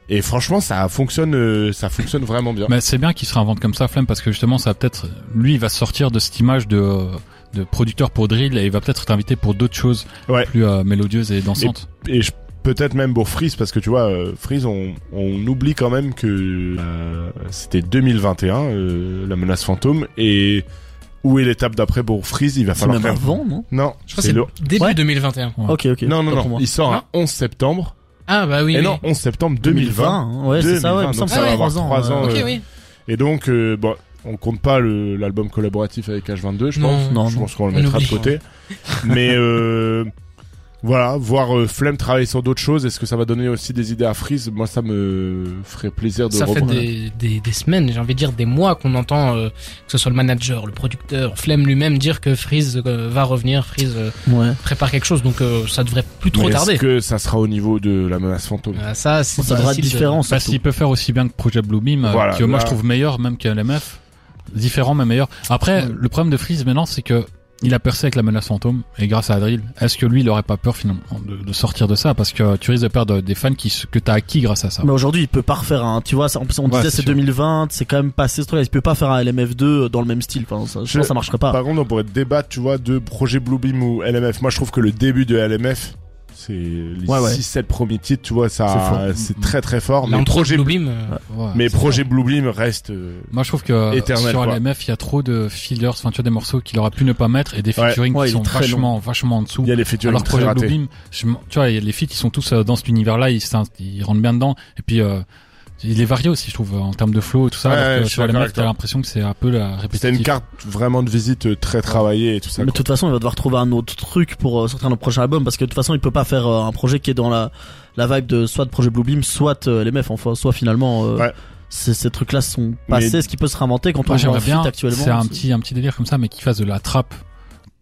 [SPEAKER 4] Et franchement, ça fonctionne, euh, ça fonctionne vraiment bien.
[SPEAKER 6] Mais c'est bien qu'il se réinvente comme ça, Flemme, parce que justement, ça va peut-être, lui, il va sortir de cette image de, euh, de producteur pour drill et il va peut-être être invité pour d'autres choses
[SPEAKER 4] Ouais.
[SPEAKER 6] plus euh, mélodieuses et dansantes.
[SPEAKER 4] et je- peut-être même pour Freeze parce que tu vois euh, Freeze on, on oublie quand même que euh, c'était 2021 euh, la menace fantôme et où est l'étape d'après pour Freeze il va
[SPEAKER 5] C'est
[SPEAKER 4] falloir
[SPEAKER 5] même
[SPEAKER 4] faire-
[SPEAKER 5] avant, non
[SPEAKER 4] non
[SPEAKER 2] je crois que c'est
[SPEAKER 4] le-
[SPEAKER 2] début
[SPEAKER 5] Ouais.
[SPEAKER 2] 2021.
[SPEAKER 5] Ok, ok.
[SPEAKER 4] non non
[SPEAKER 5] Pas pour
[SPEAKER 4] non
[SPEAKER 5] moi.
[SPEAKER 4] il sort un 11 septembre
[SPEAKER 2] Ah bah oui.
[SPEAKER 4] et
[SPEAKER 2] oui.
[SPEAKER 4] non 11 septembre 2020,
[SPEAKER 5] hein, Ouais, c'est ça, ouais. il
[SPEAKER 4] 2020,
[SPEAKER 5] me semble
[SPEAKER 4] donc
[SPEAKER 5] que
[SPEAKER 4] ça
[SPEAKER 5] c'est
[SPEAKER 4] va
[SPEAKER 5] trois
[SPEAKER 4] avoir
[SPEAKER 5] ans,
[SPEAKER 4] trois
[SPEAKER 5] euh,
[SPEAKER 4] ans,
[SPEAKER 2] Ok,
[SPEAKER 4] euh,
[SPEAKER 2] oui.
[SPEAKER 4] et donc euh, bon On compte pas le- l'album collaboratif avec H22, je
[SPEAKER 2] Non.
[SPEAKER 4] pense.
[SPEAKER 5] Non,
[SPEAKER 4] je
[SPEAKER 5] non.
[SPEAKER 4] pense qu'on le
[SPEAKER 2] On
[SPEAKER 4] mettra de
[SPEAKER 2] oublie.
[SPEAKER 4] côté. Mais euh, voilà, voir euh, Flemme travailler sur d'autres choses, est-ce que ça va donner aussi des idées à Freeze Moi, ça me ferait plaisir de
[SPEAKER 2] Ça fait
[SPEAKER 4] reprendre.
[SPEAKER 2] des, des, des semaines, j'ai envie de dire des mois qu'on entend euh, que ce soit le manager, le producteur, Flemme lui-même dire que Freeze euh, va revenir, Freeze euh,
[SPEAKER 5] hein. Ouais.
[SPEAKER 2] prépare quelque chose, donc euh, ça devrait plus trop
[SPEAKER 4] Mais
[SPEAKER 2] tarder.
[SPEAKER 4] Est-ce que ça sera au niveau de la menace fantôme
[SPEAKER 2] Euh, ça, c'est
[SPEAKER 5] Ça devrait être
[SPEAKER 2] difficile de-
[SPEAKER 5] différent,
[SPEAKER 6] Bah,
[SPEAKER 5] surtout.
[SPEAKER 6] s'il peut faire aussi bien que Projet Bluebeam, euh,
[SPEAKER 4] Voilà,
[SPEAKER 6] que moi
[SPEAKER 4] là-
[SPEAKER 6] je trouve meilleur même que LMF, différent mais meilleur. Après, le problème de Freeze maintenant, c'est que il a percé avec la menace fantôme et grâce à Adril, est-ce que lui il aurait pas peur finalement de, de sortir de ça parce que tu risques de perdre des fans qui s- que t'as acquis grâce à ça.
[SPEAKER 5] Mais aujourd'hui, il peut pas refaire un. Tu vois, ça- en plus, on
[SPEAKER 6] Ouais,
[SPEAKER 5] disait
[SPEAKER 6] c'est
[SPEAKER 5] c'est
[SPEAKER 6] sûr.
[SPEAKER 5] 2020, c'est quand même passé ce truc-là. Il peut pas faire un LMF2 euh, dans le même style. Enfin, ça, je,
[SPEAKER 4] Je-
[SPEAKER 5] pense que ça marcherait pas.
[SPEAKER 4] Par contre, on pourrait débattre, tu vois, de projet Bluebeam ou LMF. Moi, je trouve que le début de LMF, c'est les
[SPEAKER 5] Ouais, ouais.
[SPEAKER 4] 6-7 premiers titres, tu vois, ça,
[SPEAKER 6] C'est fort.
[SPEAKER 4] c'est très très fort. Mais
[SPEAKER 2] L'intro de
[SPEAKER 4] projet,
[SPEAKER 2] Bluebeam, euh,
[SPEAKER 6] Ouais,
[SPEAKER 4] mais
[SPEAKER 6] c'est
[SPEAKER 4] projet Bluebeam reste. euh,
[SPEAKER 6] Moi, je trouve que
[SPEAKER 4] Éternel,
[SPEAKER 6] sur
[SPEAKER 4] quoi.
[SPEAKER 6] LMF, il y a trop de fillers, enfin, tu vois, des morceaux qu'il aurait pu ne pas mettre et des
[SPEAKER 4] Ouais.
[SPEAKER 6] featuring
[SPEAKER 5] Ouais, il
[SPEAKER 6] qui
[SPEAKER 5] est
[SPEAKER 6] sont
[SPEAKER 5] très
[SPEAKER 6] vachement, vachement en dessous.
[SPEAKER 4] Il y a les featuring
[SPEAKER 6] Alors,
[SPEAKER 4] très
[SPEAKER 6] Projet
[SPEAKER 4] ratés.
[SPEAKER 6] Bluebeam, je m- tu vois, il y a les feats, ils sont tous euh, dans cet univers-là, ils, s'in- ils rentrent bien dedans. Et puis, euh, il est varié aussi, je trouve, euh, en termes de flow et tout ça.
[SPEAKER 4] Ouais,
[SPEAKER 6] alors
[SPEAKER 4] ouais,
[SPEAKER 6] que
[SPEAKER 4] je suis
[SPEAKER 6] sur
[SPEAKER 4] d'accord
[SPEAKER 6] LMF,
[SPEAKER 4] avec toi.
[SPEAKER 6] t'as l'impression que c'est un peu euh, la
[SPEAKER 4] C'était une
[SPEAKER 6] répétition.
[SPEAKER 4] carte vraiment de visite euh, très travaillée et tout ça.
[SPEAKER 5] Mais de
[SPEAKER 4] quoi.
[SPEAKER 5] toute façon, il va devoir trouver un autre truc pour euh, sortir le prochain album parce que de toute façon, il peut pas faire euh, un projet qui est dans la la vibe de soit de projet Bluebeam, soit euh, LMF. Enfin, soit finalement, euh,
[SPEAKER 4] Ouais.
[SPEAKER 5] ces, ces trucs-là sont
[SPEAKER 4] Mais-
[SPEAKER 5] passés. Ce qui peut se réinventer quand
[SPEAKER 6] Moi,
[SPEAKER 5] on joue en
[SPEAKER 6] j'aimerais
[SPEAKER 5] feat
[SPEAKER 6] bien,
[SPEAKER 5] actuellement.
[SPEAKER 6] c'est un petit, un petit délire comme ça, mais qui fasse de la trappe.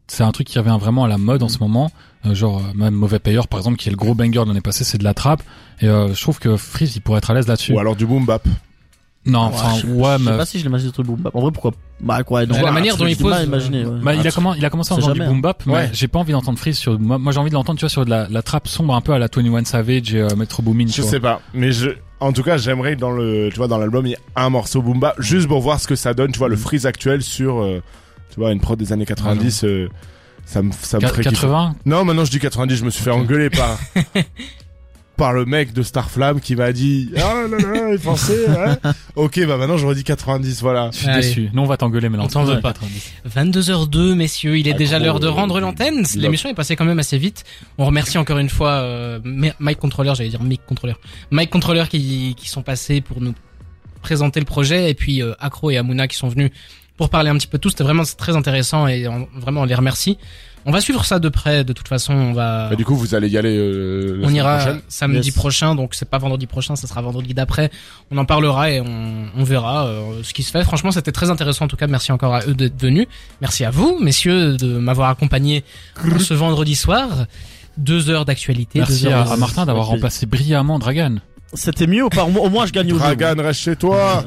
[SPEAKER 6] C'est un truc qui revient vraiment à la mode en
[SPEAKER 4] Mm.
[SPEAKER 6] ce moment. Euh, genre, euh, même Mauvais Payeur, par exemple, qui est le gros banger de l'année passée, c'est de la trappe. Et euh, je trouve que Freeze, il pourrait être à l'aise là-dessus.
[SPEAKER 4] Ou alors du boom bap.
[SPEAKER 6] Non,
[SPEAKER 5] Ouais,
[SPEAKER 6] enfin,
[SPEAKER 5] je-
[SPEAKER 6] ouais,
[SPEAKER 5] Je
[SPEAKER 6] mais
[SPEAKER 5] sais pas si je l'imagine trop boom bap. En vrai, pourquoi Bah quoi,
[SPEAKER 2] la manière dont il pose,
[SPEAKER 5] Imaginer,
[SPEAKER 2] euh,
[SPEAKER 6] Bah, il, a commen- il a commencé en
[SPEAKER 5] C'est
[SPEAKER 6] faisant du
[SPEAKER 5] jamais,
[SPEAKER 2] hein.
[SPEAKER 6] boom bap, mais
[SPEAKER 4] Ouais.
[SPEAKER 6] j'ai pas envie d'entendre Freeze sur. Moi, moi, j'ai envie de l'entendre, tu vois, sur de la, la trappe sombre un peu à la 21 Savage et euh, Metro Boomin. tu
[SPEAKER 4] Je
[SPEAKER 6] vois.
[SPEAKER 4] sais pas, mais je, en tout cas, j'aimerais dans le, tu vois, dans l'album, il y a un morceau boom bap, juste pour voir ce que ça donne, tu vois,
[SPEAKER 2] Mm.
[SPEAKER 4] le freeze actuel sur, euh, tu vois, une prod des années 90, euh, ça me, ça me
[SPEAKER 6] Qu-
[SPEAKER 4] ferait kiffer.
[SPEAKER 6] 80
[SPEAKER 4] Non, maintenant je dis 90, je me suis fait engueuler par par le mec de Starflame qui m'a dit "Ah là là, les Français, hein OK, bah maintenant j'aurais dit 90, voilà."
[SPEAKER 6] Je suis
[SPEAKER 2] Allez.
[SPEAKER 6] déçu. Nous, on va t'engueuler, mais là,
[SPEAKER 2] On t'en veut
[SPEAKER 6] Ouais,
[SPEAKER 2] pas.
[SPEAKER 6] 90.
[SPEAKER 2] 22h02, messieurs, il est
[SPEAKER 4] Ah,
[SPEAKER 2] déjà
[SPEAKER 4] gros,
[SPEAKER 2] l'heure de
[SPEAKER 4] euh,
[SPEAKER 2] rendre
[SPEAKER 4] du-
[SPEAKER 2] l'antenne.
[SPEAKER 4] du-
[SPEAKER 2] L'émission est passée quand même assez vite. On remercie encore une fois euh, Mi- Mike Controller, j'allais dire Mike Controller, Mike Controller qui, qui sont passés pour nous présenter le projet et puis euh, Accro et Amuna qui sont venus pour parler un petit peu de tout. C'était vraiment très intéressant et on- vraiment on les remercie. On va suivre ça de près. De toute façon, on va.
[SPEAKER 4] Bah, du coup, vous allez y aller euh, la
[SPEAKER 2] On
[SPEAKER 4] semaine
[SPEAKER 2] ira
[SPEAKER 4] prochaine.
[SPEAKER 2] samedi
[SPEAKER 5] Yes.
[SPEAKER 2] prochain, donc c'est pas vendredi prochain, ça sera vendredi d'après. On en parlera et on, on verra euh, ce qui se fait. Franchement, c'était très intéressant en tout cas. Merci encore à eux d'être venus. Merci à vous, messieurs, de m'avoir accompagné ce vendredi soir. Deux heures d'actualité.
[SPEAKER 6] Merci
[SPEAKER 2] deux
[SPEAKER 6] à,
[SPEAKER 2] heures de-
[SPEAKER 6] à Martin d'avoir
[SPEAKER 5] Ouais,
[SPEAKER 6] remplacé brillamment Dragan.
[SPEAKER 5] C'était mieux ou pas Au moins- Au moins, je gagne au jeu.
[SPEAKER 4] Dragan, reste chez toi.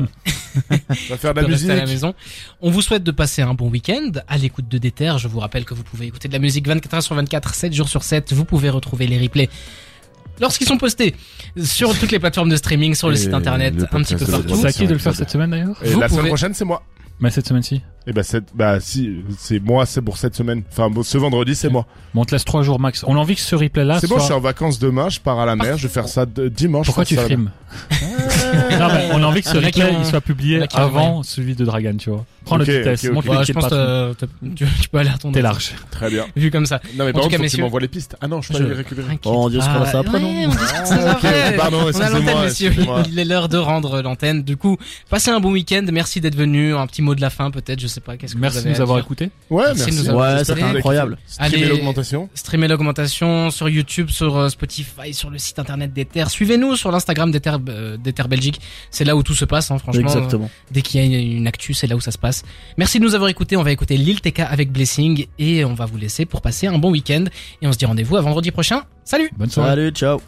[SPEAKER 4] Va faire de la
[SPEAKER 2] de rester
[SPEAKER 4] musique.
[SPEAKER 2] à la maison. On vous souhaite de passer un bon week-end à l'écoute de Déter. Je vous rappelle que vous pouvez écouter de la musique 24 heures sur 24, 7 jours sur 7. Vous pouvez retrouver les replays lorsqu'ils sont postés sur toutes les plateformes de streaming, sur le
[SPEAKER 4] Et
[SPEAKER 2] site internet, un
[SPEAKER 4] le
[SPEAKER 2] petit
[SPEAKER 4] podcast
[SPEAKER 2] peu
[SPEAKER 4] de
[SPEAKER 2] partout.
[SPEAKER 4] Bon,
[SPEAKER 6] C'est à
[SPEAKER 4] c'est
[SPEAKER 6] qui
[SPEAKER 4] un
[SPEAKER 6] de le faire
[SPEAKER 4] épisode.
[SPEAKER 6] cette semaine d'ailleurs
[SPEAKER 4] Et
[SPEAKER 2] Vous
[SPEAKER 4] la semaine
[SPEAKER 2] pouvez-
[SPEAKER 4] prochaine, c'est moi.
[SPEAKER 6] Mais cette semaine-ci.
[SPEAKER 4] Et bah cette bah si c'est moi, c'est pour cette semaine. Enfin bon, ce vendredi, c'est moi.
[SPEAKER 6] Bon, on te laisse 3 jours max. On a envie que ce
[SPEAKER 2] Ah,
[SPEAKER 6] replay-là
[SPEAKER 4] C'est
[SPEAKER 6] soit.
[SPEAKER 4] bon, je suis en vacances demain, je pars à la mer, je vais faire ça de- dimanche.
[SPEAKER 6] Pourquoi
[SPEAKER 4] je
[SPEAKER 6] tu
[SPEAKER 4] vais faire ça à la mer.
[SPEAKER 6] frimes Non, mais on a envie que ce
[SPEAKER 2] Il y en a qui
[SPEAKER 6] replay
[SPEAKER 2] ont-
[SPEAKER 6] il
[SPEAKER 2] il
[SPEAKER 6] soit
[SPEAKER 2] y
[SPEAKER 6] publié
[SPEAKER 2] en a qui ont
[SPEAKER 6] avant celui de Dragan, tu vois. Prends
[SPEAKER 4] Ok,
[SPEAKER 6] le petit test.
[SPEAKER 4] ok, ok.
[SPEAKER 2] Ouais,
[SPEAKER 6] montre-lui que
[SPEAKER 2] Bah, je
[SPEAKER 6] t'es
[SPEAKER 2] pense euh,
[SPEAKER 6] pas-
[SPEAKER 2] que t'as- tu, tu peux aller à ton
[SPEAKER 6] T'es large.
[SPEAKER 4] Très bien.
[SPEAKER 2] Vu comme ça.
[SPEAKER 4] Non mais
[SPEAKER 2] En tout cas,
[SPEAKER 4] par contre, faut que tu
[SPEAKER 2] messieurs-
[SPEAKER 4] m'envoies les pistes. Ah non, je peux
[SPEAKER 2] Je-
[SPEAKER 4] aller les récupérer.
[SPEAKER 2] T'inquiète
[SPEAKER 5] Oh, on discutera
[SPEAKER 2] pas.
[SPEAKER 5] ça après, non
[SPEAKER 2] Ouais, on discutera ça
[SPEAKER 4] Ah, ok,
[SPEAKER 2] après.
[SPEAKER 4] pardon,
[SPEAKER 2] On a l'antenne,
[SPEAKER 4] excusez-moi,
[SPEAKER 2] messieurs.
[SPEAKER 4] excusez-moi.
[SPEAKER 2] Il est l'heure de rendre l'antenne. Du coup, passez un bon week-end. Merci d'être venu. Un petit mot de la fin, peut-être. Je sais pas. Qu'est-ce que
[SPEAKER 6] Merci
[SPEAKER 2] vous
[SPEAKER 6] de
[SPEAKER 2] avez à
[SPEAKER 6] nous avoir
[SPEAKER 2] dire.
[SPEAKER 6] écoutés.
[SPEAKER 4] Ouais,
[SPEAKER 2] Merci de
[SPEAKER 4] merci.
[SPEAKER 2] nous avoir
[SPEAKER 5] Ouais,
[SPEAKER 2] écoutés.
[SPEAKER 5] c'était incroyable.
[SPEAKER 4] Streamer
[SPEAKER 2] Allez.
[SPEAKER 4] l'augmentation.
[SPEAKER 2] Streamez l'augmentation sur YouTube, sur euh, Spotify, sur le site internet des Terres. Suivez-nous sur l'Instagram des Terres, euh, des Terres Belgique. C'est là où tout se passe, hein, franchement.
[SPEAKER 5] Exactement.
[SPEAKER 6] euh,
[SPEAKER 2] Dès qu'il y a une, une actu, c'est là où ça se passe. Merci de nous avoir écoutés. On va écouter Lil TK avec Blessing et on va vous laisser pour passer un bon week-end. Et on se dit rendez-vous à vendredi prochain. Salut!
[SPEAKER 6] Bonne soirée.
[SPEAKER 5] Salut, ciao.